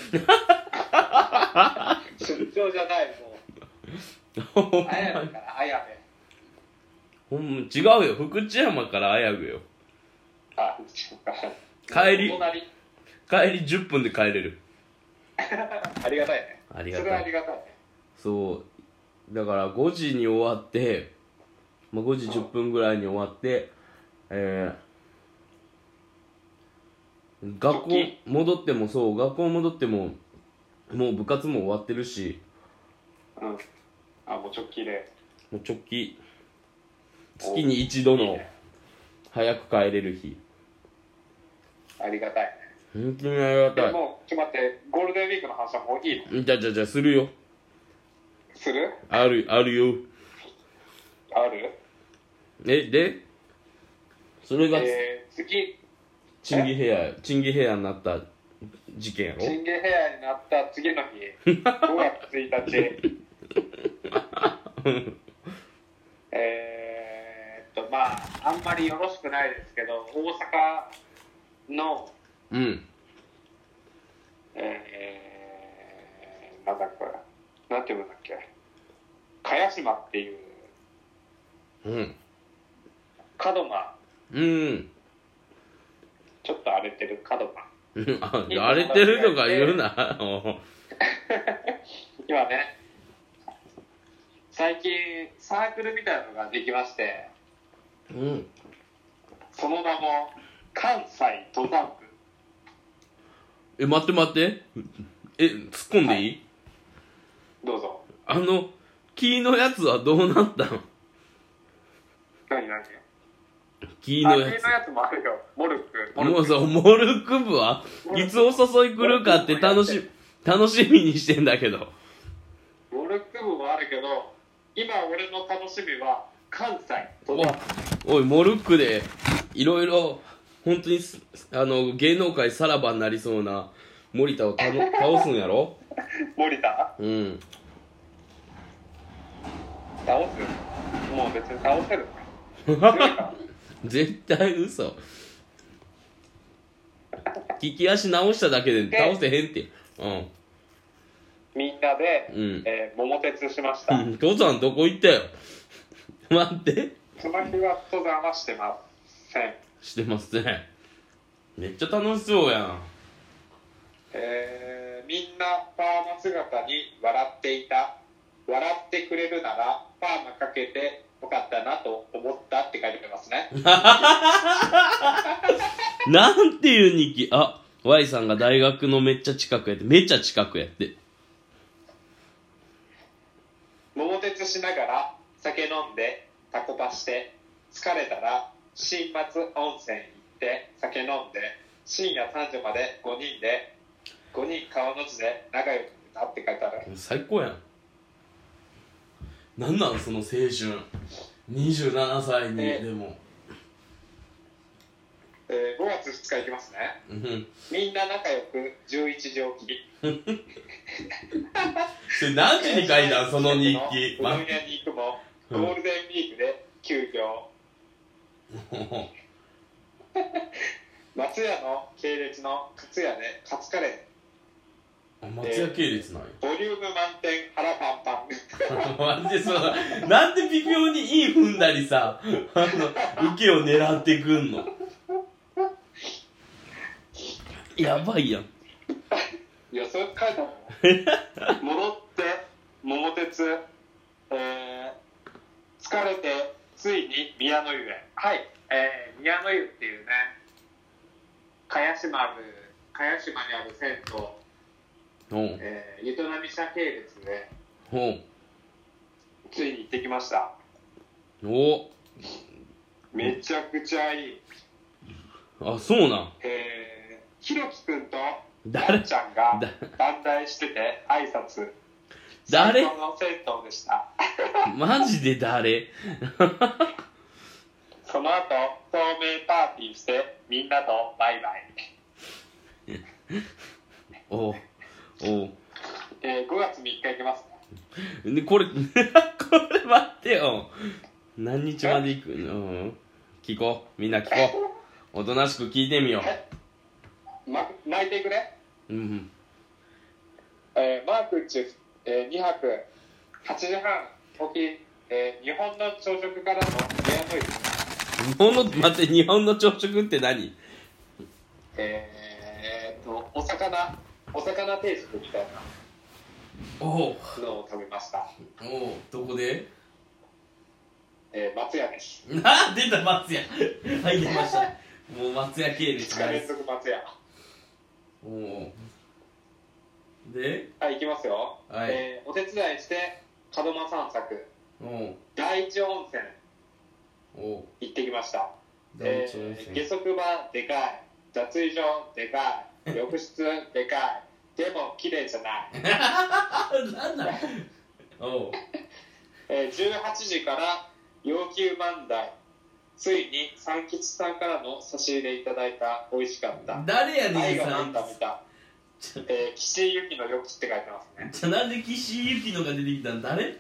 Speaker 2: [laughs]
Speaker 1: 出張じゃない、もう、
Speaker 2: ほんま
Speaker 1: あやめから、あやめ。
Speaker 2: ほんま違うよ福知山から綾部よ
Speaker 1: あ、そうか。
Speaker 2: 帰り
Speaker 1: お隣
Speaker 2: 帰り10分で帰れる
Speaker 1: ありがたいね。
Speaker 2: ありが
Speaker 1: それは
Speaker 2: た
Speaker 1: あり
Speaker 2: い
Speaker 1: がたいね。
Speaker 2: そうだから5時に終わって、まあ、5時10分ぐらいに終わってえー、学校
Speaker 1: 復帰
Speaker 2: 戻ってもそう学校戻ってももう部活も終わってるし
Speaker 1: うん。あ、もう直帰で。
Speaker 2: もう直帰月に一度
Speaker 1: いい
Speaker 2: の
Speaker 1: ね
Speaker 2: 早く帰れる日
Speaker 1: ありがたいね。
Speaker 2: 本当にあり
Speaker 1: で
Speaker 2: がた
Speaker 1: もうちょっと待ってゴールデンウィークの話はもういいの
Speaker 2: いじゃあじゃあじゃあするよ
Speaker 1: する
Speaker 2: あるあるよ
Speaker 1: ある
Speaker 2: えでそれが
Speaker 1: えー、次
Speaker 2: チンギヘアチンギヘアになった事件やろ
Speaker 1: チンゲヘアになった次の日5月1日えーっとまああんまりよろしくないですけど大阪の
Speaker 2: うん
Speaker 1: えー、なんだこれなんていうんだっけ茅島っていう
Speaker 2: うん
Speaker 1: 門真
Speaker 2: うん
Speaker 1: ちょっと荒れてる門真
Speaker 2: あ荒れてるとか言うな
Speaker 1: 今ね最近サークルみたいなのができまして
Speaker 2: うん
Speaker 1: その名も関西登山部
Speaker 2: [laughs] え待って待ってえ突っ込んでいい、
Speaker 1: どうぞ
Speaker 2: あの木のやつはどうなったん
Speaker 1: 何何あ
Speaker 2: 木
Speaker 1: 木
Speaker 2: の
Speaker 1: の
Speaker 2: や
Speaker 1: や
Speaker 2: つ
Speaker 1: つもあるよモルックモル
Speaker 2: も
Speaker 1: ッ
Speaker 2: う
Speaker 1: ク
Speaker 2: さモルク部は
Speaker 1: モル
Speaker 2: い
Speaker 1: ッ
Speaker 2: つお誘い来るかって楽し楽しみにしてんだけど
Speaker 1: モルック部もあるけど今俺の楽しみは関西登
Speaker 2: お
Speaker 1: 山部
Speaker 2: おいモルックでいろいろ本当にすあの芸能界さらばになりそうな森田をたの倒すんやろ
Speaker 1: 森田
Speaker 2: うん
Speaker 1: 倒すもう別に倒せ
Speaker 2: [laughs]
Speaker 1: る強いから
Speaker 2: 絶対嘘利き足直しただけで倒せへんってうん
Speaker 1: みんなで、
Speaker 2: うん
Speaker 1: えー桃鉄しました、
Speaker 2: うん父さんどこ行ったよ [laughs] 待って
Speaker 1: その日は登山はしてません
Speaker 2: してますねめっちゃ楽しそうやん
Speaker 1: えーみんなパーマ姿に笑っていた笑ってくれるならパーマかけてよかったなと思ったって書いてますね。
Speaker 2: なんていう日記あ Y さんが大学のめっちゃ近くやってめっちゃ近くやって
Speaker 1: 桃鉄しながら酒飲んでタコパして疲れたら新松温泉行って酒飲んで深夜3時まで5人で5人顔の字で仲良くなって書いてある
Speaker 2: 最高やんなんなんその青春27歳に
Speaker 1: え
Speaker 2: でも
Speaker 1: えー5月2日行きますね
Speaker 2: うん
Speaker 1: みんな仲良く11時起き
Speaker 2: それ何時に書いたんその日 [laughs] 記
Speaker 1: うどん屋に行くも
Speaker 2: うん
Speaker 1: ゴールデンウィークで休業
Speaker 2: ま
Speaker 1: 松屋の系列のカツ屋でカツカレー
Speaker 2: 松屋系列なんや [laughs]
Speaker 1: ボリューム満点腹パン [laughs] パン
Speaker 2: マジでそうだなんで微妙にいい踏んだりさあの受けを狙ってくんのやばいやん
Speaker 1: いや、それ書いたの
Speaker 2: [laughs]
Speaker 1: 戻って、桃鉄、えー疲れて、ついに宮の湯へ。はい、えー宮の湯っていうね、茅島ある、茅島にある銭湯、
Speaker 2: ほう
Speaker 1: えー、ゆとなみ社系列で、
Speaker 2: ほ
Speaker 1: ついに行ってきました。
Speaker 2: うお
Speaker 1: めちゃくちゃいい。
Speaker 2: あそうなん
Speaker 1: えー、ひろきくんと、
Speaker 2: 誰
Speaker 1: だんちゃんが
Speaker 2: だ
Speaker 1: 団体してて挨拶。
Speaker 2: 誰
Speaker 1: 最高の銭湯でした。 [laughs]
Speaker 2: マジで誰 [laughs]
Speaker 1: その後、透明パーティーして、みんなとバイバイ。
Speaker 2: おうおう
Speaker 1: えー、5月3日行きますね。
Speaker 2: でこれ [laughs] これ待ってよ何日まで行くうん聞こうみんな聞こうおとなしく聞いてみよ
Speaker 1: ま、泣いていくね。
Speaker 2: ううん
Speaker 1: えー、マークチュ、えー、2泊、8時半起き、えー、日本の朝食からの部屋の湯、
Speaker 2: 日本の待って日本の朝食って何
Speaker 1: えー、っと、お魚、お魚定食みたい
Speaker 2: おお
Speaker 1: なのを食べました。
Speaker 2: おおどこで
Speaker 1: えー、松屋です。
Speaker 2: あ出た松屋はい出ましたもう松屋系列
Speaker 1: 2日連続松屋。
Speaker 2: おおで
Speaker 1: はい、行きますよ。
Speaker 2: はい
Speaker 1: えー、お手伝いして、門間散策、
Speaker 2: おお
Speaker 1: 第一温泉
Speaker 2: おお
Speaker 1: 行ってきました。
Speaker 2: 大
Speaker 1: え
Speaker 2: 腸温
Speaker 1: ー、
Speaker 2: 泉
Speaker 1: 下足場でかい脱衣所でか
Speaker 2: [laughs]
Speaker 1: い浴室でかいでも綺麗じゃない、
Speaker 2: あなんだおお
Speaker 1: えー、18時から要求万代ついに三吉さんからの差し入れいただいた美味しかった
Speaker 2: 誰やね
Speaker 1: 愛
Speaker 2: ん
Speaker 1: が
Speaker 2: さ
Speaker 1: なん
Speaker 2: ん
Speaker 1: だ見た、えー、岸井ゆきの緑地って書いてますね
Speaker 2: じゃあなんで岸井ゆきのが出てきたん誰
Speaker 1: 5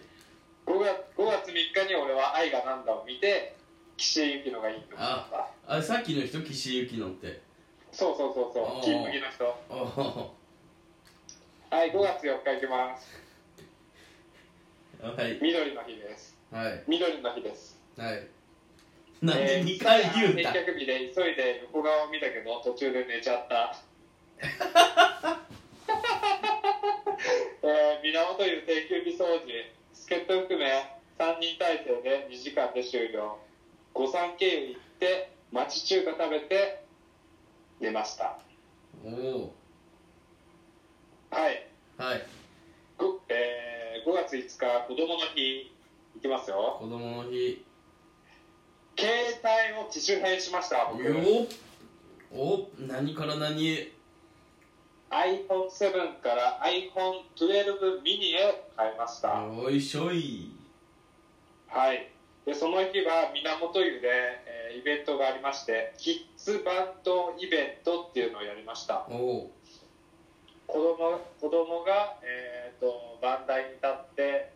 Speaker 1: 月 ,5 月3日に俺は愛がなんだを見て岸井ゆきのがいいと思った
Speaker 2: あさっきの人岸井ゆきのって
Speaker 1: そうそうそう
Speaker 2: お
Speaker 1: そうう金麦の人
Speaker 2: おお
Speaker 1: はい5月4日行きます
Speaker 2: はい
Speaker 1: 緑の日です
Speaker 2: はい
Speaker 1: 緑の日です
Speaker 2: はいなんで2回言うん
Speaker 1: えー
Speaker 2: だ
Speaker 1: 接客日で急いで横顔を見たけど途中で寝ちゃ
Speaker 2: [laughs]
Speaker 1: った。えー、源湯定休日掃除、助っ人含め3人体制で2時間で終了。御三経由行って、町中華食べて、寝ました。
Speaker 2: おお
Speaker 1: はい。
Speaker 2: はい
Speaker 1: ごえー、5月5日、子供の日、いきますよ。
Speaker 2: 子供の日
Speaker 1: 携帯を機種変しました、僕。
Speaker 2: よおお何から何へ
Speaker 1: iPhone7 から iPhone12 mini へ変えました、
Speaker 2: おいしょい
Speaker 1: はいでその日は源湯で、えーイベントがありましてキッズバンドイベントっていうのをやりました
Speaker 2: おお
Speaker 1: 子供子供が、えー、とバンダイに立って、え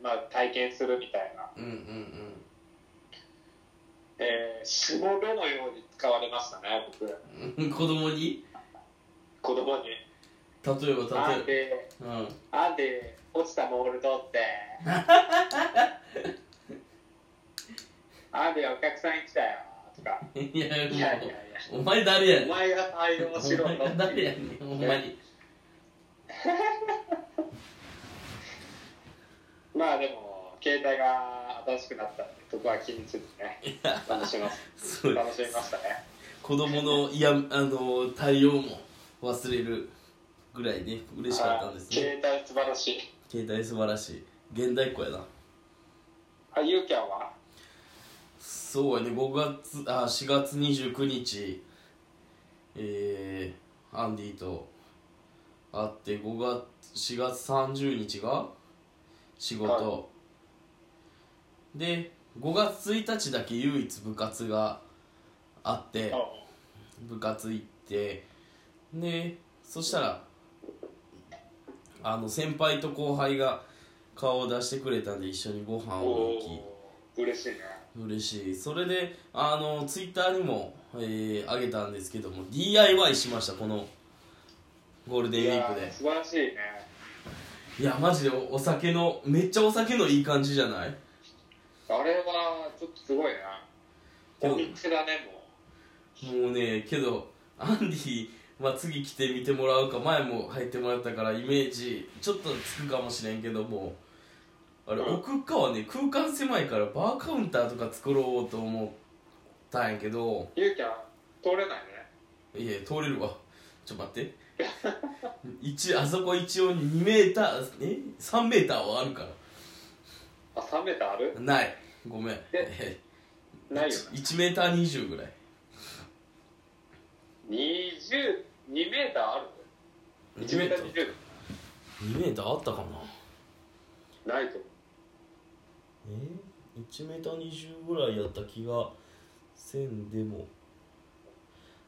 Speaker 1: ーまあ、体験するみたいな、
Speaker 2: うんうん
Speaker 1: えー、しもべのように使われましたね僕
Speaker 2: うんうん子供に
Speaker 1: 子供に
Speaker 2: 例えば
Speaker 1: あ
Speaker 2: 例
Speaker 1: ん
Speaker 2: え
Speaker 1: で
Speaker 2: ばうん
Speaker 1: あんで落ちたボール取ってあんでお客さん来たよとか
Speaker 2: いやいや
Speaker 1: いやいやい
Speaker 2: お前誰や
Speaker 1: や
Speaker 2: ね
Speaker 1: お
Speaker 2: ん
Speaker 1: 前が対応し
Speaker 2: お
Speaker 1: ろ
Speaker 2: 前
Speaker 1: と
Speaker 2: [laughs] が誰やねんほんまに
Speaker 1: まあでも携帯が新しくなったんで、そこは気にせずね、楽しみます。
Speaker 2: そう
Speaker 1: 楽しみましたね。
Speaker 2: 子供のいやあの対応も忘れるぐらいね嬉しかったんですね
Speaker 1: あー携帯素晴らしい。
Speaker 2: 携帯素晴らしい現代っ子やな
Speaker 1: あ、ゆうきゃんは
Speaker 2: そうやね5月あ4月29日えー、アンディと会って5月4月30日が仕事、
Speaker 1: は
Speaker 2: で5月1日だけ唯一部活があって部活行ってでそしたらあの先輩と後輩が顔を出してくれたんで一緒にご飯を行き
Speaker 1: おー嬉しいね。
Speaker 2: 嬉しいそれであのツイッターにも、えー、上げたんですけども DIY しましたこのゴールデンウィーク
Speaker 1: いや
Speaker 2: で
Speaker 1: 素晴らしいね。
Speaker 2: いやマジでおお酒のめっちゃお酒のいい感じじゃない
Speaker 1: あれは、ちょっとすごいな。
Speaker 2: うん
Speaker 1: お店だね、も
Speaker 2: もうねけどアンディ、まあ、次来て見てもらうか前も入ってもらったからイメージちょっとつくかもしれんけどもあれ
Speaker 1: うん
Speaker 2: 奥かはね空間狭いからバーカウンターとか作ろうと思ったんやけど
Speaker 1: う。ゆうきゃん、通れないね。
Speaker 2: いや通れるわちょっと待って一あそこ一応2メーターえ3メーターはあるか
Speaker 1: あ、3メーターある
Speaker 2: らないごめん
Speaker 1: えないよね。
Speaker 2: 1メーター20ぐらい
Speaker 1: 20、2メーターある ?1 メーター20
Speaker 2: 2メーターあったかな
Speaker 1: ないと思う。
Speaker 2: え1メーター20ぐらいやった気がせんでも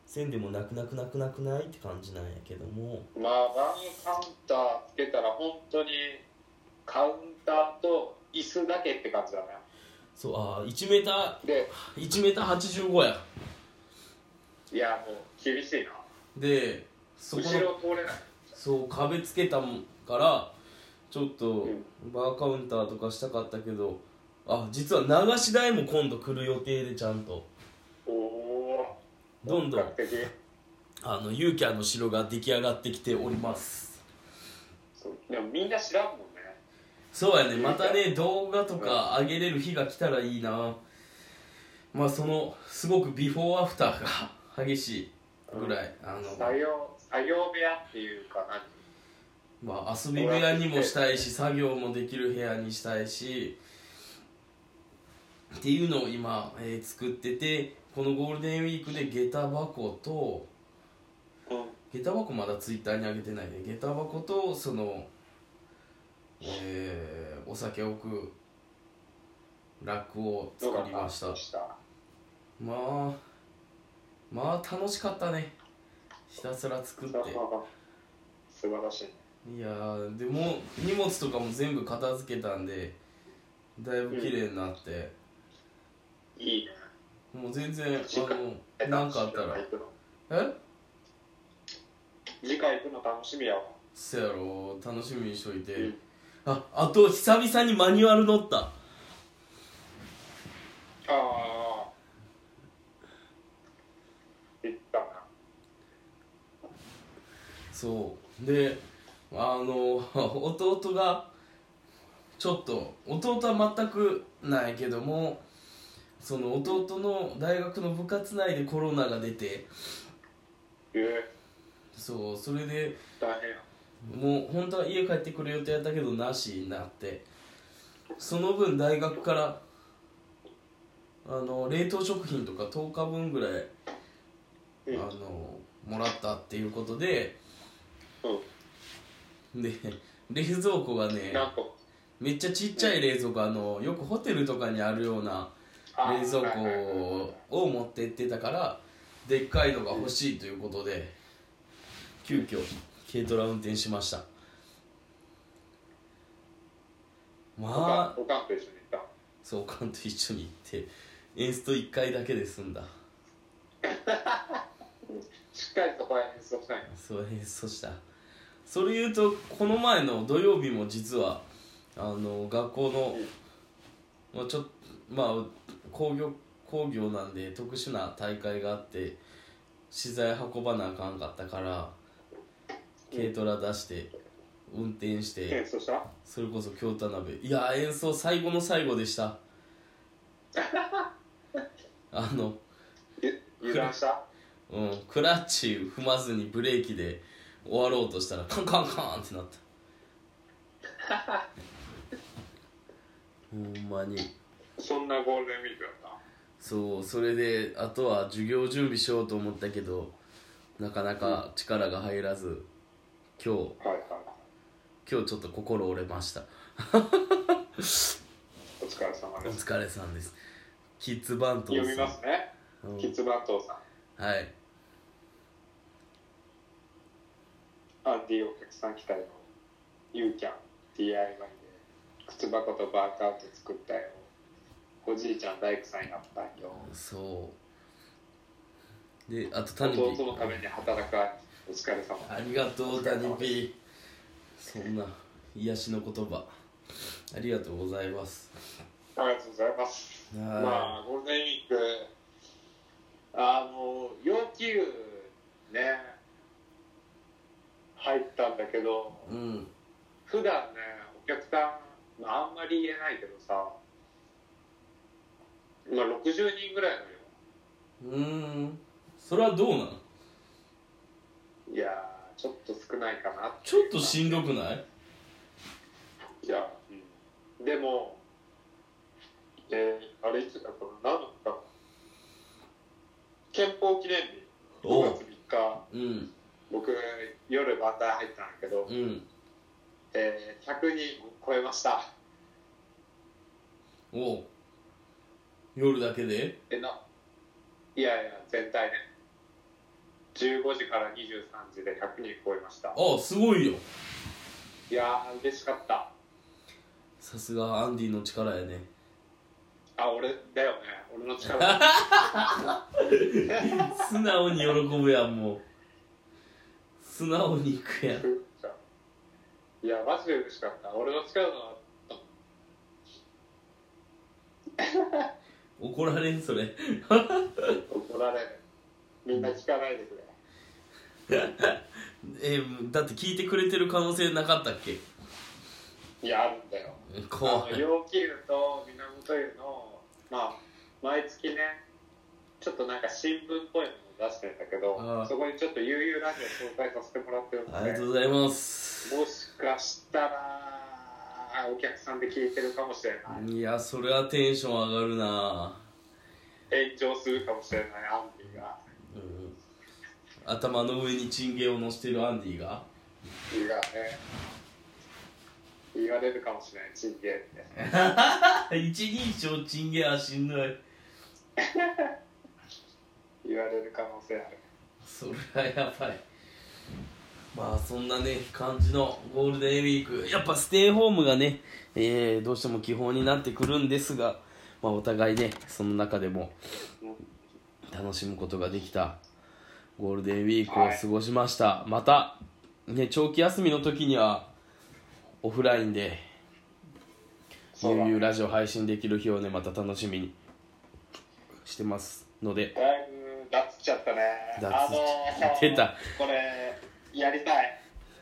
Speaker 2: せんでもなくなくなくなくないって感じなんやけども
Speaker 1: まあバーカウンターつけたら本当にカウンターと椅子だけって感じだね
Speaker 2: そうあ1メータ
Speaker 1: で
Speaker 2: ー1メーター85や
Speaker 1: いやもう厳しいな
Speaker 2: でそこの
Speaker 1: 後ろ通れない
Speaker 2: そう壁つけたもんからちょっと
Speaker 1: うん
Speaker 2: バーカウンターとかしたかったけどあ実は流し台も今度来る予定でちゃんと
Speaker 1: おお
Speaker 2: どんどん
Speaker 1: 比較的
Speaker 2: あのユーキャンの城が出来上がってきております
Speaker 1: そうでもみんな知らんもんね
Speaker 2: そうやねまたね動画とか上げれる日が来たらいいなまあそのすごくビフォーアフターが激しいぐらいあ
Speaker 1: 作
Speaker 2: の、
Speaker 1: 業作業部屋っていうか何
Speaker 2: まあ、遊び部屋にもしたいし作業もできる部屋にしたいしっていうのを今、えー作っててこのゴールデンウィークで下駄箱と
Speaker 1: うん
Speaker 2: 下駄箱まだツイッターに上げてないね下駄箱とそのえーお酒を置くラックを作りましたまあまあ楽しかったねひたすら作って
Speaker 1: 素晴らしい
Speaker 2: いやーでも荷物とかも全部片付けたんでだいぶ綺麗になって、
Speaker 1: いいね
Speaker 2: もう全然
Speaker 1: 時間
Speaker 2: あの何かあった
Speaker 1: 次回
Speaker 2: ら
Speaker 1: 行くの
Speaker 2: え
Speaker 1: 次回行くの楽しみやわ
Speaker 2: そやろ楽しみにしといて、
Speaker 1: うん
Speaker 2: ああと久々にマニュアル乗った
Speaker 1: ああ行ったな
Speaker 2: そうであの [laughs] 弟がちょっと弟は全くないけどもその弟の大学の部活内でコロナが出て
Speaker 1: え
Speaker 2: そうそれで
Speaker 1: ー、大変や
Speaker 2: もう本当は家帰ってくる予定やったけどなしになってその分大学からあの冷凍食品とか10日分ぐらい
Speaker 1: うん
Speaker 2: あのもらったっていうことで
Speaker 1: う
Speaker 2: で冷蔵庫がね
Speaker 1: ん、なんと
Speaker 2: めっちゃちっちゃい冷蔵庫、あのよくホテルとかにあるような
Speaker 1: あ
Speaker 2: 冷
Speaker 1: ー
Speaker 2: 蔵
Speaker 1: はいはいはいはい
Speaker 2: 庫を持ってってたからでっかいのが欲しいということで急遽軽トラ運転しました
Speaker 1: おか
Speaker 2: ま
Speaker 1: ん
Speaker 2: あ
Speaker 1: おかんと一緒に行っ
Speaker 2: そうおかんと一緒に行ってエンスト1回だけで済んだ
Speaker 1: たしっかりそこら辺に過ごしたいの
Speaker 2: そう演奏したそれ言うとこの前の土曜日も実はあの学校の、まあ、ちょっまあ工業工業なんで特殊な大会があって資材運ばなあかんかったから軽トラ出して運転して
Speaker 1: 演奏した
Speaker 2: それこそ京田鍋いや演奏最後の最後でしたあの
Speaker 1: ゆ油断した
Speaker 2: うんクラッチ踏まずにブレーキで終わろうとしたらカンカンカンってな
Speaker 1: [laughs]
Speaker 2: ったほんまに
Speaker 1: そんなゴールデンウィークだった
Speaker 2: そうそれであとは授業準備しようと思ったけどなかなか力が入らず今日
Speaker 1: はいはい
Speaker 2: 今日ちょっと心折れました
Speaker 1: お疲れ様
Speaker 2: お
Speaker 1: です
Speaker 2: 疲れさんですキッズバント
Speaker 1: 読みますね
Speaker 2: うん
Speaker 1: キッズバットさん
Speaker 2: はい
Speaker 1: アンディお客さん来たよゆうちゃん DIY で靴箱とバーカウト作ったよおじいちゃん大工さんやったんよ
Speaker 2: そうであとタニピ
Speaker 1: 弟のために働く兄貴お疲れ様
Speaker 2: ありがとうタニピそんな癒しの言葉ありがとうございます
Speaker 1: ありがとうございます。
Speaker 2: はい
Speaker 1: まあ、ゴールデンウィーク、あの、要求ね、入ったんだけど、
Speaker 2: うん
Speaker 1: 普段ね、お客さん、まあ、あんまり言えないけどさ、まあ、60人ぐらいのよ。
Speaker 2: うーんそれはどうなん
Speaker 1: いやー、ちょっと少ないかな
Speaker 2: ちょっとしんどくない
Speaker 1: いや、うん、でも、えー、あれいつだこの何の日か、憲法記念日、
Speaker 2: おう
Speaker 1: 5月3日。
Speaker 2: うん
Speaker 1: 僕夜バンダイ入ったんだけど、
Speaker 2: うん
Speaker 1: えー、100人超えました
Speaker 2: おう夜だけで
Speaker 1: えないやいや全体ね15時から23時で100人超えました
Speaker 2: ああすごいよ
Speaker 1: いやー嬉しかった
Speaker 2: さすがアンディの力やね
Speaker 1: あ俺だよね俺の力だ
Speaker 2: 素直に喜ぶやんもう素直に行くやん
Speaker 1: いやマジで嬉しかった俺の力の
Speaker 2: 怒られんそれ
Speaker 1: 怒られるみんな聞かないでくれ
Speaker 2: えーだって聞いてくれてる可能性なかったっけ
Speaker 1: いやあるんだよ
Speaker 2: 怖
Speaker 1: あの
Speaker 2: い
Speaker 1: 陽気湯と源湯の、まあ、毎月ねちょっとなんか新聞っぽいのを出してんだけど
Speaker 2: ああ
Speaker 1: そこにちょっと悠々ラジオ紹介させてもらってる
Speaker 2: ありがとう
Speaker 1: の
Speaker 2: ございます
Speaker 1: でもしかしたらお客さんで聞いてるかもしれない
Speaker 2: いやそれはテンション上がるな
Speaker 1: 炎上するかもしれないアンディが
Speaker 2: うん頭の上にチンゲを乗せてるアンディが
Speaker 1: 言がね言われるかもしれないチンゲンって
Speaker 2: [laughs] 一人称チンゲはしんどい
Speaker 1: 言われる可能性ある
Speaker 2: それはやばいまあそんなね感じのゴールデンウィークやっぱステイホームがね、えーどうしても基本になってくるんですが、まあ、お互いねその中でも楽しむことができたゴールデンウィークを過ごしました、また、ね、長期休みの時にはオフラインで「
Speaker 1: そうだ
Speaker 2: ゆうゆ
Speaker 1: ね
Speaker 2: うラジオ」配信できる日をねまた楽しみにしてますので
Speaker 1: だいぶダつっちゃったね
Speaker 2: 脱っ
Speaker 1: あのー
Speaker 2: 出た
Speaker 1: これやりたい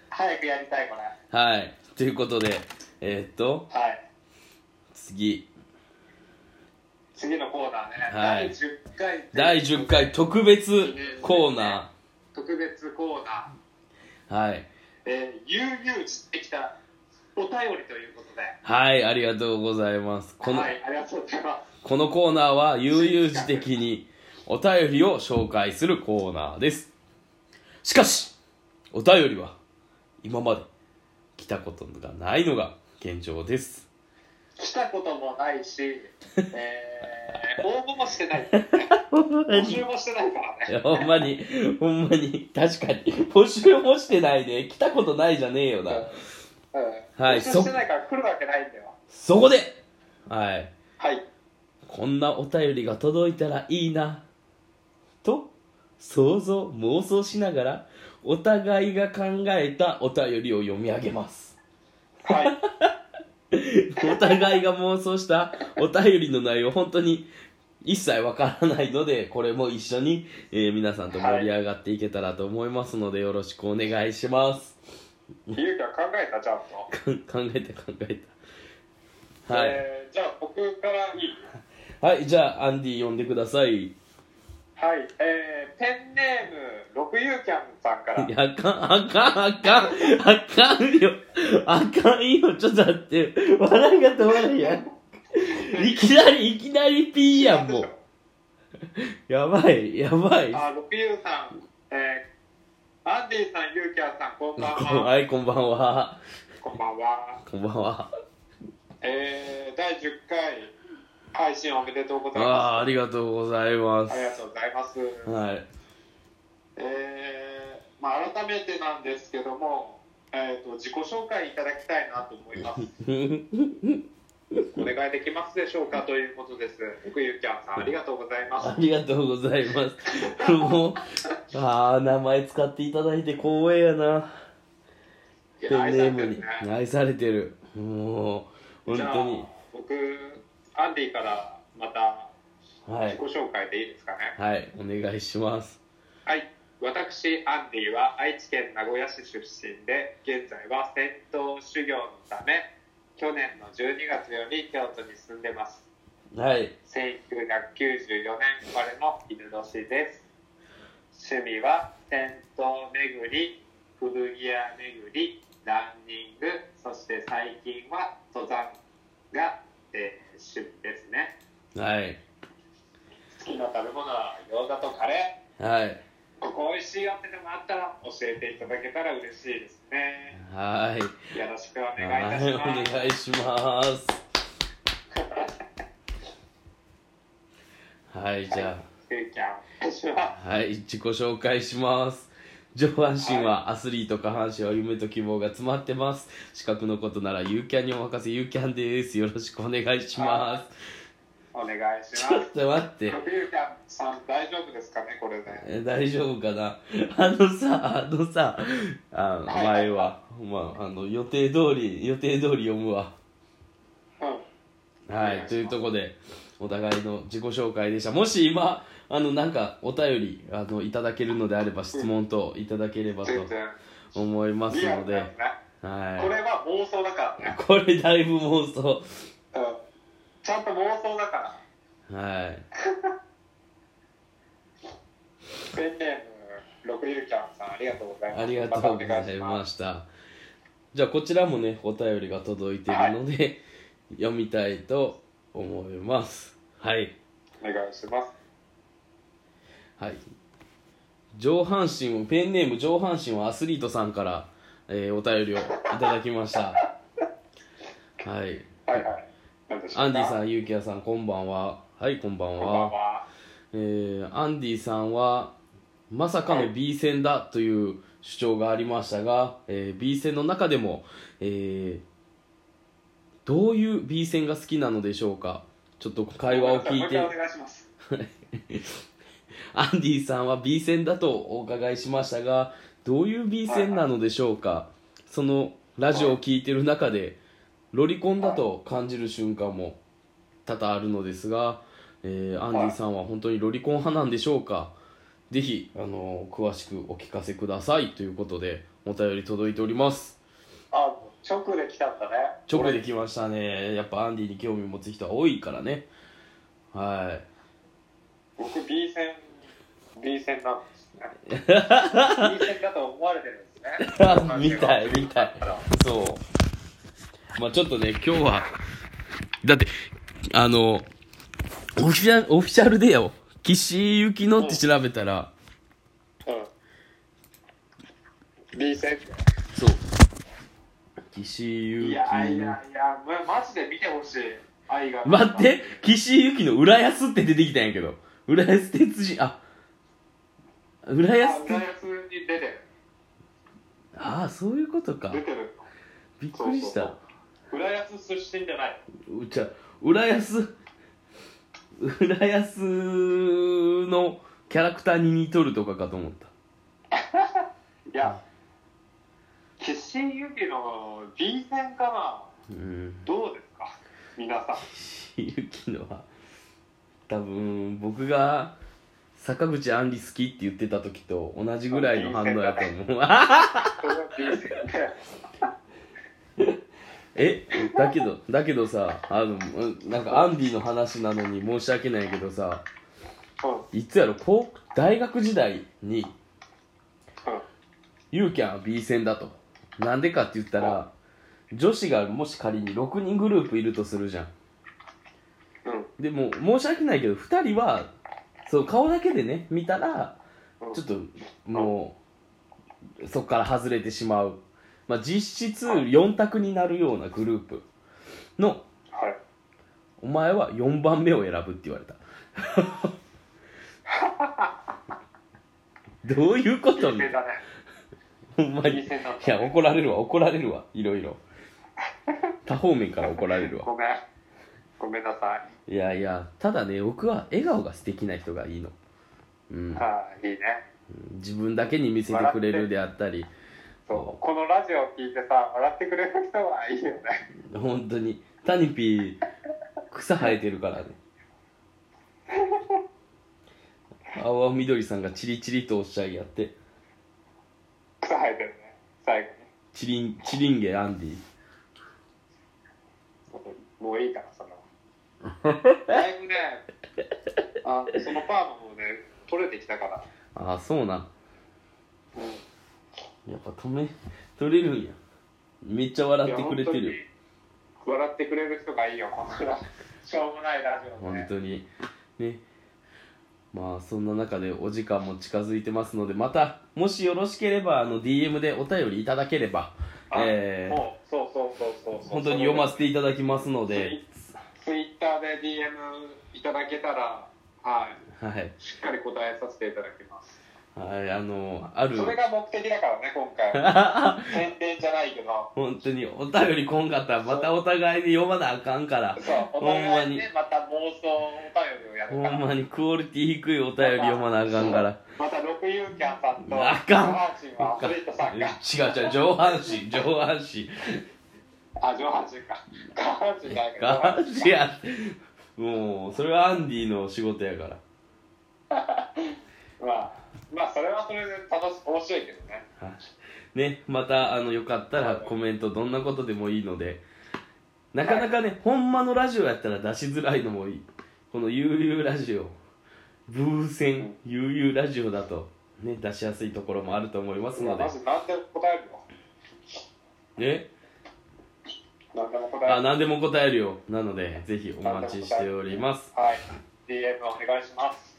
Speaker 1: 早くやりたいこれ
Speaker 2: はいということでえーっと
Speaker 1: はい
Speaker 2: 次
Speaker 1: 次のコーナーね、
Speaker 2: はい
Speaker 1: 第10回
Speaker 2: 第10回特別コーナ
Speaker 1: 特別コーナー
Speaker 2: ーはい
Speaker 1: 「えー、ゆうゆうしてきたお便り」ということで
Speaker 2: はいありがとうございますこの,、
Speaker 1: はいありがとうございます
Speaker 2: このコーナーは悠々自適にお便りを紹介するコーナーですしかしお便りは今まで来たことがないのが現状です
Speaker 1: 来たこともないし、え
Speaker 2: [laughs]
Speaker 1: ー、応募もしてない募集もしてないから
Speaker 2: い
Speaker 1: ね
Speaker 2: やほんまにほんまに確かに募集もしてないで来たことないじゃねえよな
Speaker 1: うん、
Speaker 2: はい
Speaker 1: 募集してないから来るわけないんだよ
Speaker 2: そこではい
Speaker 1: はい
Speaker 2: こんなお便りが届いたらいいなと想像妄想しながらお互いが考えたお便りを読み上げます
Speaker 1: はい
Speaker 2: お互いが妄想したお便りの内容本当に一切わからないのでこれも一緒に、えー皆さんと盛り上がっていけたらと思いますのでよろしくお願いします、
Speaker 1: ゆうきは考えたちゃんと、
Speaker 2: 考えた考えたはい、
Speaker 1: えーじゃあ僕からいい
Speaker 2: はいじゃあアンディ呼んでください
Speaker 1: はい、えー、ペンネーム六遊キャンさんから
Speaker 2: いやあかんあかんあかんあかんよあかんよちょっと待って笑いが止まらんやんいきなりいきなりピーやんもうやばいやばい
Speaker 1: あ六遊さん、えー、アンディさんゆうきゃんさんこんばんは
Speaker 2: はいこんばんは
Speaker 1: こんばんは
Speaker 2: こんばんは
Speaker 1: えー、第10回配信おめでとうご
Speaker 2: あ
Speaker 1: ざいま
Speaker 2: あありがとうございます
Speaker 1: すありがとうございます、
Speaker 2: はい
Speaker 1: えーまあ、改めてなんですけども、えー、と自己紹介いただきたいなと思いますお願いできますでしょうかということです福ゆきゃんさんありがとうございます
Speaker 2: ありがとうございます。もう、ああ、名前使っていただいて光栄やな。
Speaker 1: い
Speaker 2: ペ
Speaker 1: や
Speaker 2: ン
Speaker 1: 愛さ
Speaker 2: ネー
Speaker 1: れて
Speaker 2: ム
Speaker 1: るね
Speaker 2: に愛されてる。もう、
Speaker 1: じゃあ
Speaker 2: 本
Speaker 1: 僕アンディからまた
Speaker 2: 当に。は
Speaker 1: 自
Speaker 2: い
Speaker 1: 己。紹介でいいですかね
Speaker 2: はい、お願いします。
Speaker 1: はい、私アンディは愛知県名古屋市出身で現在は戦闘修行のため去年の12月より京都に住んでます
Speaker 2: はい。
Speaker 1: 1994年生まれの犬年です趣味は銭湯巡り古着屋巡りランニングそして最近は登山が、えー趣味ですね
Speaker 2: はい。
Speaker 1: 好きな食べ物は餃子とカレ
Speaker 2: はい。
Speaker 1: ーここ美味しいよってでもあったら教えていただけたら嬉しいですね
Speaker 2: はい。
Speaker 1: よろしくお
Speaker 2: はい、お
Speaker 1: 願いいたします、
Speaker 2: 願いします。はい、じゃ
Speaker 1: ゆうちゃんお願いしま
Speaker 2: あ、はい、自己紹介します。上半身はアスリート、下半身は夢と希望が詰まってます。資格のことならユーキャンにお任せ、ユーキャンです。よろしくお願いします
Speaker 1: お願いし
Speaker 2: す。ちょ
Speaker 1: ま
Speaker 2: っ
Speaker 1: す
Speaker 2: と待って。
Speaker 1: ゆうちゃんさん大丈夫ですかねこれね
Speaker 2: え大丈夫かなあのさ、あのさ、あの
Speaker 1: はい
Speaker 2: 前は、まあ、あの、予定通り、予定通り読むわ。
Speaker 1: うん
Speaker 2: は
Speaker 1: お願いします
Speaker 2: い、というとこで、お互いの自己紹介でした。もし今、あの、なんか、お便り、あの、いただけるのであれば、質問等いただけれ
Speaker 1: [laughs]
Speaker 2: ばと
Speaker 1: 全然
Speaker 2: 思います
Speaker 1: リア
Speaker 2: の
Speaker 1: ルだよね
Speaker 2: で、はい。
Speaker 1: これは妄想だからね、
Speaker 2: これだいぶ妄想。
Speaker 1: うん、ちゃんと妄想だから
Speaker 2: はい。
Speaker 1: ペンネーム六ゆうちゃんさんありがとうございます
Speaker 2: ありがとうございました。じゃあこちらもね、お便りが届いているので、読みたいと思います。はい。
Speaker 1: お願いします
Speaker 2: はい。上半身を、ペンネーム上半身はアスリートさんから、えーお便りをいただきました。はい。
Speaker 1: はいはい何でしょうか
Speaker 2: アンディさん、ユーキヤさん、こんばんは。はい、こんばん
Speaker 1: こんばん
Speaker 2: は。
Speaker 1: は
Speaker 2: えーアンディさんはまさかの B 戦だという主張がありましたが、えー B 戦の中でも、えーどういう B 戦が好きなのでしょうかちょっと会話を聞いて
Speaker 1: もう一回お願いします
Speaker 2: アンディさんは B 戦だとお伺いしましたがどういう B 戦なのでしょうか、そのラジオを聞いてる中でロリコンだと感じる瞬間も多々あるのですが、えーアンディさんは本当にロリコン派なんでしょうかぜひ、あのー詳しくお聞かせくださいということでお便り届いております
Speaker 1: あもう直で来たんだね
Speaker 2: 直で来ましたねやっぱアンディに興味持つ人は多いからねはい
Speaker 1: 俺僕 B 戦 B 戦なんですね B 戦だと思われてるんですね
Speaker 2: [laughs] [laughs] 見たい見たいそうまあちょっとね今日はだってあのオフィシャルオフィシャルでよ岸井ゆきのって調べたら
Speaker 1: うん B 戦
Speaker 2: そう岸井ゆ
Speaker 1: い
Speaker 2: き
Speaker 1: やいやいやまマジで見てほしい愛が
Speaker 2: 待って岸井ゆきの浦安って出てきたんやけど浦安鉄人あ浦
Speaker 1: あ
Speaker 2: 安
Speaker 1: 浦
Speaker 2: 鉄
Speaker 1: 安に出てる
Speaker 2: ああそういうことか
Speaker 1: 出てる
Speaker 2: びっくりした
Speaker 1: そう浦安出身じゃないう
Speaker 2: ちゃ浦安浦安のキャラクターに似とるとかかと思った
Speaker 1: いや岸井ゆきの B 戦かな
Speaker 2: うん
Speaker 1: どうですか皆さん
Speaker 2: ゆきのは多分僕が坂口あんり好きって言ってた時と同じぐらいの反応やと思う
Speaker 1: それが流星で
Speaker 2: えだけどだけどさあのうんなんかアンディの話なのに申し訳ないけどさ
Speaker 1: うん
Speaker 2: いつやろ高大学時代に
Speaker 1: うん
Speaker 2: ユーキャンは B 戦だとなんでかって言ったら女子がもし仮に6人グループいるとするじゃん
Speaker 1: うん
Speaker 2: でも申し訳ないけど2人はそう顔だけでね見たら
Speaker 1: うん
Speaker 2: ちょっともうそこから外れてしまう、まあ、実質4択になるようなグループの
Speaker 1: はい
Speaker 2: お前は4番目を選ぶって言われた [laughs] どういうこ
Speaker 1: 流
Speaker 2: と
Speaker 1: 星
Speaker 2: ね
Speaker 1: だね
Speaker 2: ほんま
Speaker 1: 流
Speaker 2: にい
Speaker 1: 星だった
Speaker 2: や怒られるわ怒られるわいろいろ多方面から怒られるわ
Speaker 1: ごめんごめんなさ
Speaker 2: いやいやただね僕は笑顔が素敵な人がいいのうん
Speaker 1: いはいいいね
Speaker 2: 自分だけに見せてくれるであったり
Speaker 1: そうこのラジオを聞いてさ笑ってくれる人はいいよね
Speaker 2: 本当にタニピー草生えてるからね青青みどりさんがチリチリとおっしゃいやって
Speaker 1: 草生えてるね最後に
Speaker 2: チリンチリンゲアンディ
Speaker 1: もういいから
Speaker 2: [laughs]
Speaker 1: そのだいぶねあそのパーマもね取れてきたから、
Speaker 2: ああそうなん
Speaker 1: うん、
Speaker 2: やっぱ止め取れるんやめっちゃ笑ってくれて
Speaker 1: いや
Speaker 2: る
Speaker 1: 本当に笑ってくれる人がいいよこんなしょうもないラジオ
Speaker 2: 本
Speaker 1: ね
Speaker 2: 当にねまあそんな中でお時間も近づいてますのでまたもしよろしければあの DM でお便りいただければ
Speaker 1: あ
Speaker 2: えー
Speaker 1: もうそうそうそうそうそう
Speaker 2: 本当に読ませていただきますので
Speaker 1: ツイッターで DM いただけたらはい
Speaker 2: はい
Speaker 1: しっかり答えさせていただきます
Speaker 2: はい、あの、ある、
Speaker 1: それが目的だからね今回
Speaker 2: [laughs]
Speaker 1: 宣伝じゃないけど
Speaker 2: 本当にお便りこんかったら、またお互いに読まなあかんから、
Speaker 1: そうお
Speaker 2: ほんま
Speaker 1: 互い
Speaker 2: に
Speaker 1: にねまた妄想お便りをや
Speaker 2: ほ
Speaker 1: るから
Speaker 2: んまにクオリティ低いお便り読まなあかんから。
Speaker 1: また六遊キャンさんと
Speaker 2: あかん
Speaker 1: 上半身はアスリートさんが
Speaker 2: 違う違う、上半身、上半身。
Speaker 1: あ上半身か下半身ないけど
Speaker 2: 下半身や。もう、それはアンディの仕事やから。
Speaker 1: まあまあそれはそれで楽し面白いけどね
Speaker 2: はいね、また、あの、よかったらコメント、どんなことでもいいので、なかなかね、ほんまのラジオやったら出しづらいのもいい。この悠々ラジオ、ブーセン悠々ラジオだと、ね、出しやすいところもあると思います
Speaker 1: ま
Speaker 2: の
Speaker 1: あ
Speaker 2: で
Speaker 1: ま。ず何でも答えるよ
Speaker 2: ね、
Speaker 1: 何でも答え
Speaker 2: あ
Speaker 1: る
Speaker 2: 何でも答えるよなのでぜひお待ちしております
Speaker 1: はい DM お願いします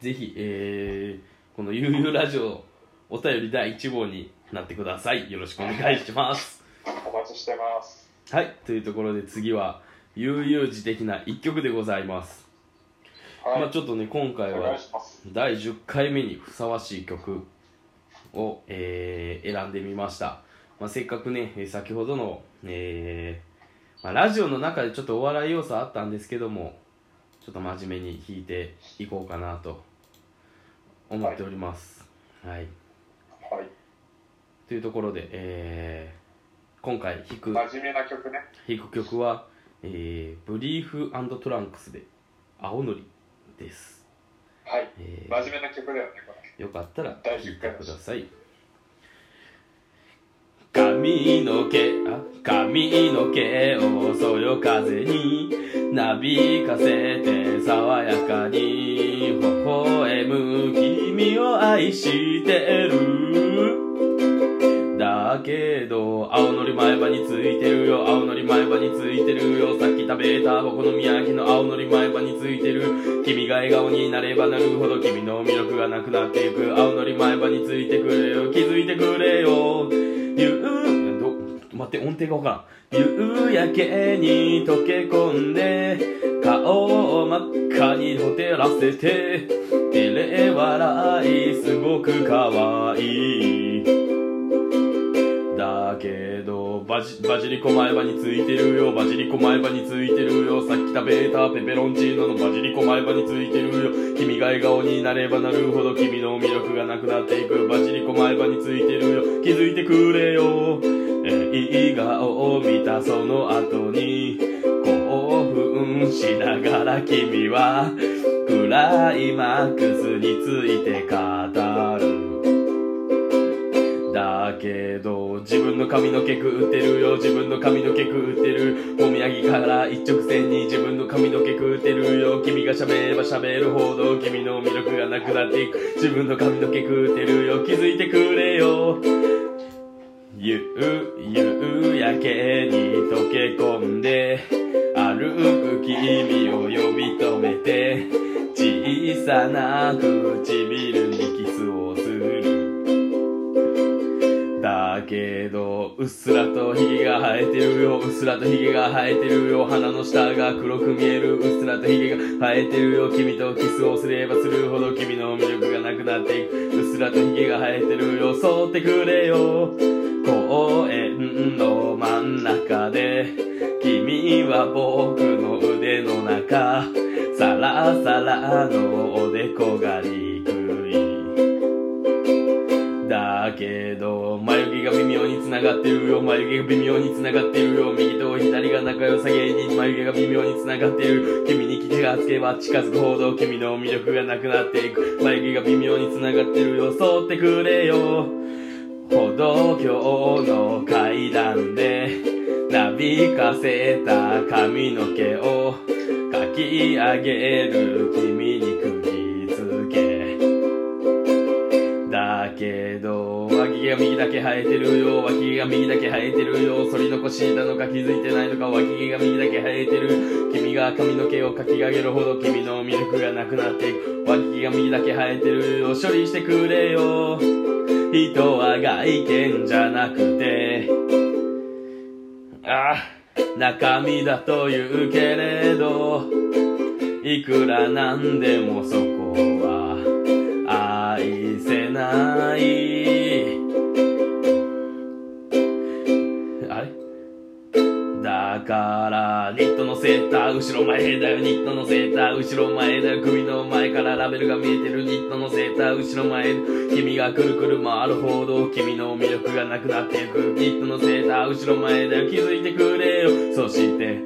Speaker 2: ぜひ、えー、この「ゆうゆうラジオ」お便り第1号になってくださいよろしくお願いします
Speaker 1: お待ちしてます
Speaker 2: はいというところで次は悠々自適な一曲でございます、
Speaker 1: はい、
Speaker 2: まあちょっとね今回
Speaker 1: お願
Speaker 2: はい
Speaker 1: します
Speaker 2: 第10回目にふさわしい曲を、えー選んでみました、まあ、せっかくねえー先ほどの、えーまあ、ラジオの中でちょっとお笑い要素あったんですけどもちょっと真面目に弾いていこうかなと思っております、は
Speaker 1: は
Speaker 2: い
Speaker 1: い
Speaker 2: というところで、えー今回弾く弾
Speaker 1: 真面目な曲ね
Speaker 2: く曲は、えーブリーフトランクスで「青のり」です、
Speaker 1: はい
Speaker 2: えー
Speaker 1: 真面目な曲だよねこ
Speaker 2: よかったら
Speaker 1: 大
Speaker 2: 聞
Speaker 1: 丈
Speaker 2: い
Speaker 1: 夫
Speaker 2: て
Speaker 1: か
Speaker 2: ください髪の毛あ髪の毛をそよ風になびかせて爽やかに微笑む君を愛してるだけど青のり前歯についてるよ青のり前歯についてるよさっき食べたお好み焼きの青のり前歯についてる君が笑顔になればなるほど君の魅力がなくなっていく青のり前歯についてくれよ気づいてくれよゆうど待って音程がわからん夕焼けに溶け込んで顔を真っ赤にほてらせて照れ笑いすごく可愛いだけどバジバジリコ前歯についてるよバジリコ前歯についてるよさっき食べたペペロンチーノのバジリコ前歯についてるよ君が笑顔になればなるほど君の魅力がなくなっていくバジリコ前歯についてるよ気づいてくれよ、えー、いい笑顔を見たその後に興奮しながら君は苦クライマックスについて語るだけど自分の髪の毛食ってるよ自分の髪の毛食ってるもみあげから一直線に自分の髪の毛食ってるよ君が喋れば喋るほど君の魅力がなくなっていく自分の髪の毛食ってるよ気づいてくれよゆう夕焼けに溶け込んで歩く君を呼び止めて小さな唇にキスをするだけどうっすらとヒゲが生えてるようっすらとヒゲが生えてるよ鼻の下が黒く見えるうっすらとヒゲが生えてるよ君とキスをすればするほど君の魅力がなくなっていくうっすらとヒゲが生えてるよそってくれよ公園の真ん中で君は僕の腕の中サラサラのおでこがにくいだけど眉毛が微妙につながってるよ眉毛が微妙につながってるよ右と左が仲良さげに眉毛が微妙につながってる君に気がつけば近づくほど君の魅力がなくなっていく眉毛が微妙につながってるよそってくれよ歩道橋の階段でなびかせた髪の毛をかき上げる君に釘付けだけど脇毛が右だけ生えてるよ脇毛が右だけ生えてるよ反り残しなのか気づいてないのか脇毛が右だけ生えてる君が髪の毛をかき上げるほど君の魅力がなくなっていく脇毛が右だけ生えてるよ処理してくれよ人は外見じゃなくてあ中身だと言うけれどいくらなんでもそこは愛せないあれだからニットのセーター後ろ前だよニットのセーター後ろ前だよ首の前からラベルが見えてるニットのセーター後ろ前君がくるくる回るほど君の魅力がなくなっていくニットのセーター後ろ前だよ気づいてくれよそして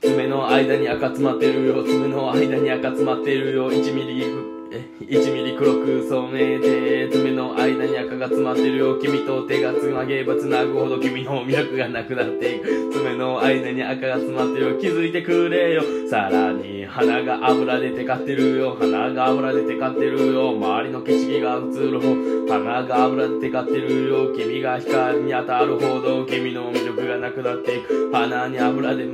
Speaker 2: 爪の間に赤詰まってるよ爪の間に赤詰まってるよ1ミリえ1ミリ黒く染めて爪の間に赤が詰まってるよ君と手がつなげばつなぐほど君の魅力がなくなっていく爪の間に赤が詰まってるよ気づいてくれよさらに鼻が油でテカってるよ鼻が油でテカってるよ周りの景色が映るほ鼻が油でテカってるよ君が光に当たるほど君の魅力がなくなっていく鼻に油で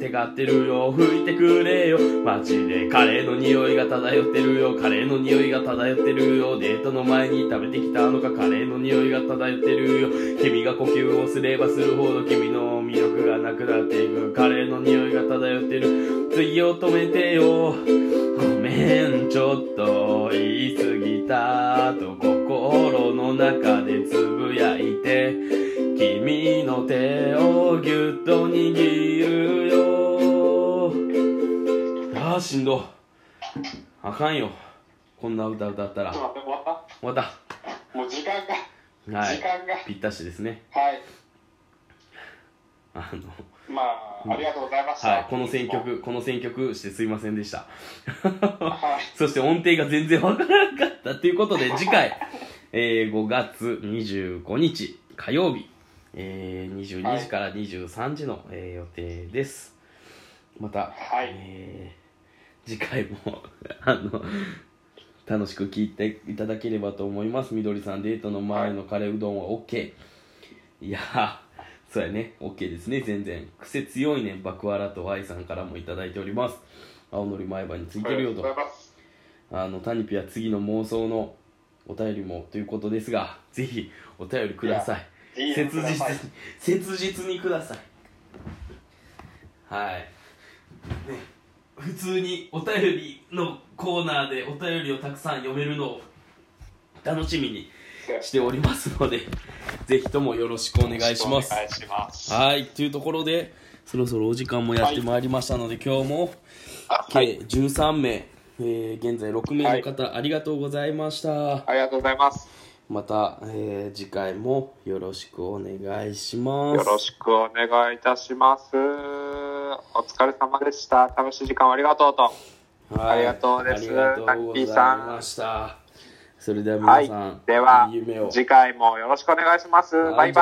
Speaker 2: 手がってるよ拭いてくれよマジでカレーの匂いが漂ってるよカレーの匂いが漂ってるよデートの前に食べてきたのかカレーの匂いが漂ってるよ君が呼吸をすればするほど君の魅力がなくなっていくカレーの匂いが漂ってる次を止めてよごめんちょっと言い過ぎたと心の中でつぶやいて君の手をぎゅっと握るよあーしんどあかんよこんな歌歌ったら
Speaker 1: ちょっと待って、終わっ
Speaker 2: また
Speaker 1: たもう時間が、
Speaker 2: は
Speaker 1: 時
Speaker 2: い
Speaker 1: 間が。
Speaker 2: ぴったしですね
Speaker 1: はい。
Speaker 2: あの
Speaker 1: まあ、ありがとうございました。
Speaker 2: はいこの選。曲この選曲してすいませんでした
Speaker 1: はい。
Speaker 2: [laughs] そして音程が全然わからなかったということで次回、えー5月25日火曜日、えー22時から23時の、えー予定ですまた、
Speaker 1: はい
Speaker 2: えー次回も [laughs] あの楽しく聴いていただければと思いますみどりさんデートの前のカレーうどんは OK いやーそうやね OK ですね全然癖強いねんバクワラと Y さんからもいただいております青のり前歯について
Speaker 1: あり
Speaker 2: る
Speaker 1: が
Speaker 2: よ
Speaker 1: とうご
Speaker 2: と
Speaker 1: ざいます。
Speaker 2: あのタニピは次の妄想のお便りもということですがぜひお便りください
Speaker 1: いい
Speaker 2: 切
Speaker 1: です
Speaker 2: 実
Speaker 1: ね
Speaker 2: に切実にくださいはいね普通にお便りのコーナーでお便りをたくさん読めるのを楽しみにしておりますのでぜひともよろしくお願いします
Speaker 1: お願いします。
Speaker 2: はいというところでそろそろお時間もやってまいりましたので、今日も計13名、えー現在6名の方、ありがとうございました
Speaker 1: ありがとうございます。
Speaker 2: また、えー次回もよろしくお願いします
Speaker 1: よろしくお願いいたします。お疲れ様でした。楽しい時間をありがとうと。
Speaker 2: は
Speaker 1: ありがとうです
Speaker 2: ありがとうございましたそれでは皆さん、
Speaker 1: では
Speaker 2: 夢を
Speaker 1: 次回もよろしくお願いします。バイバイ。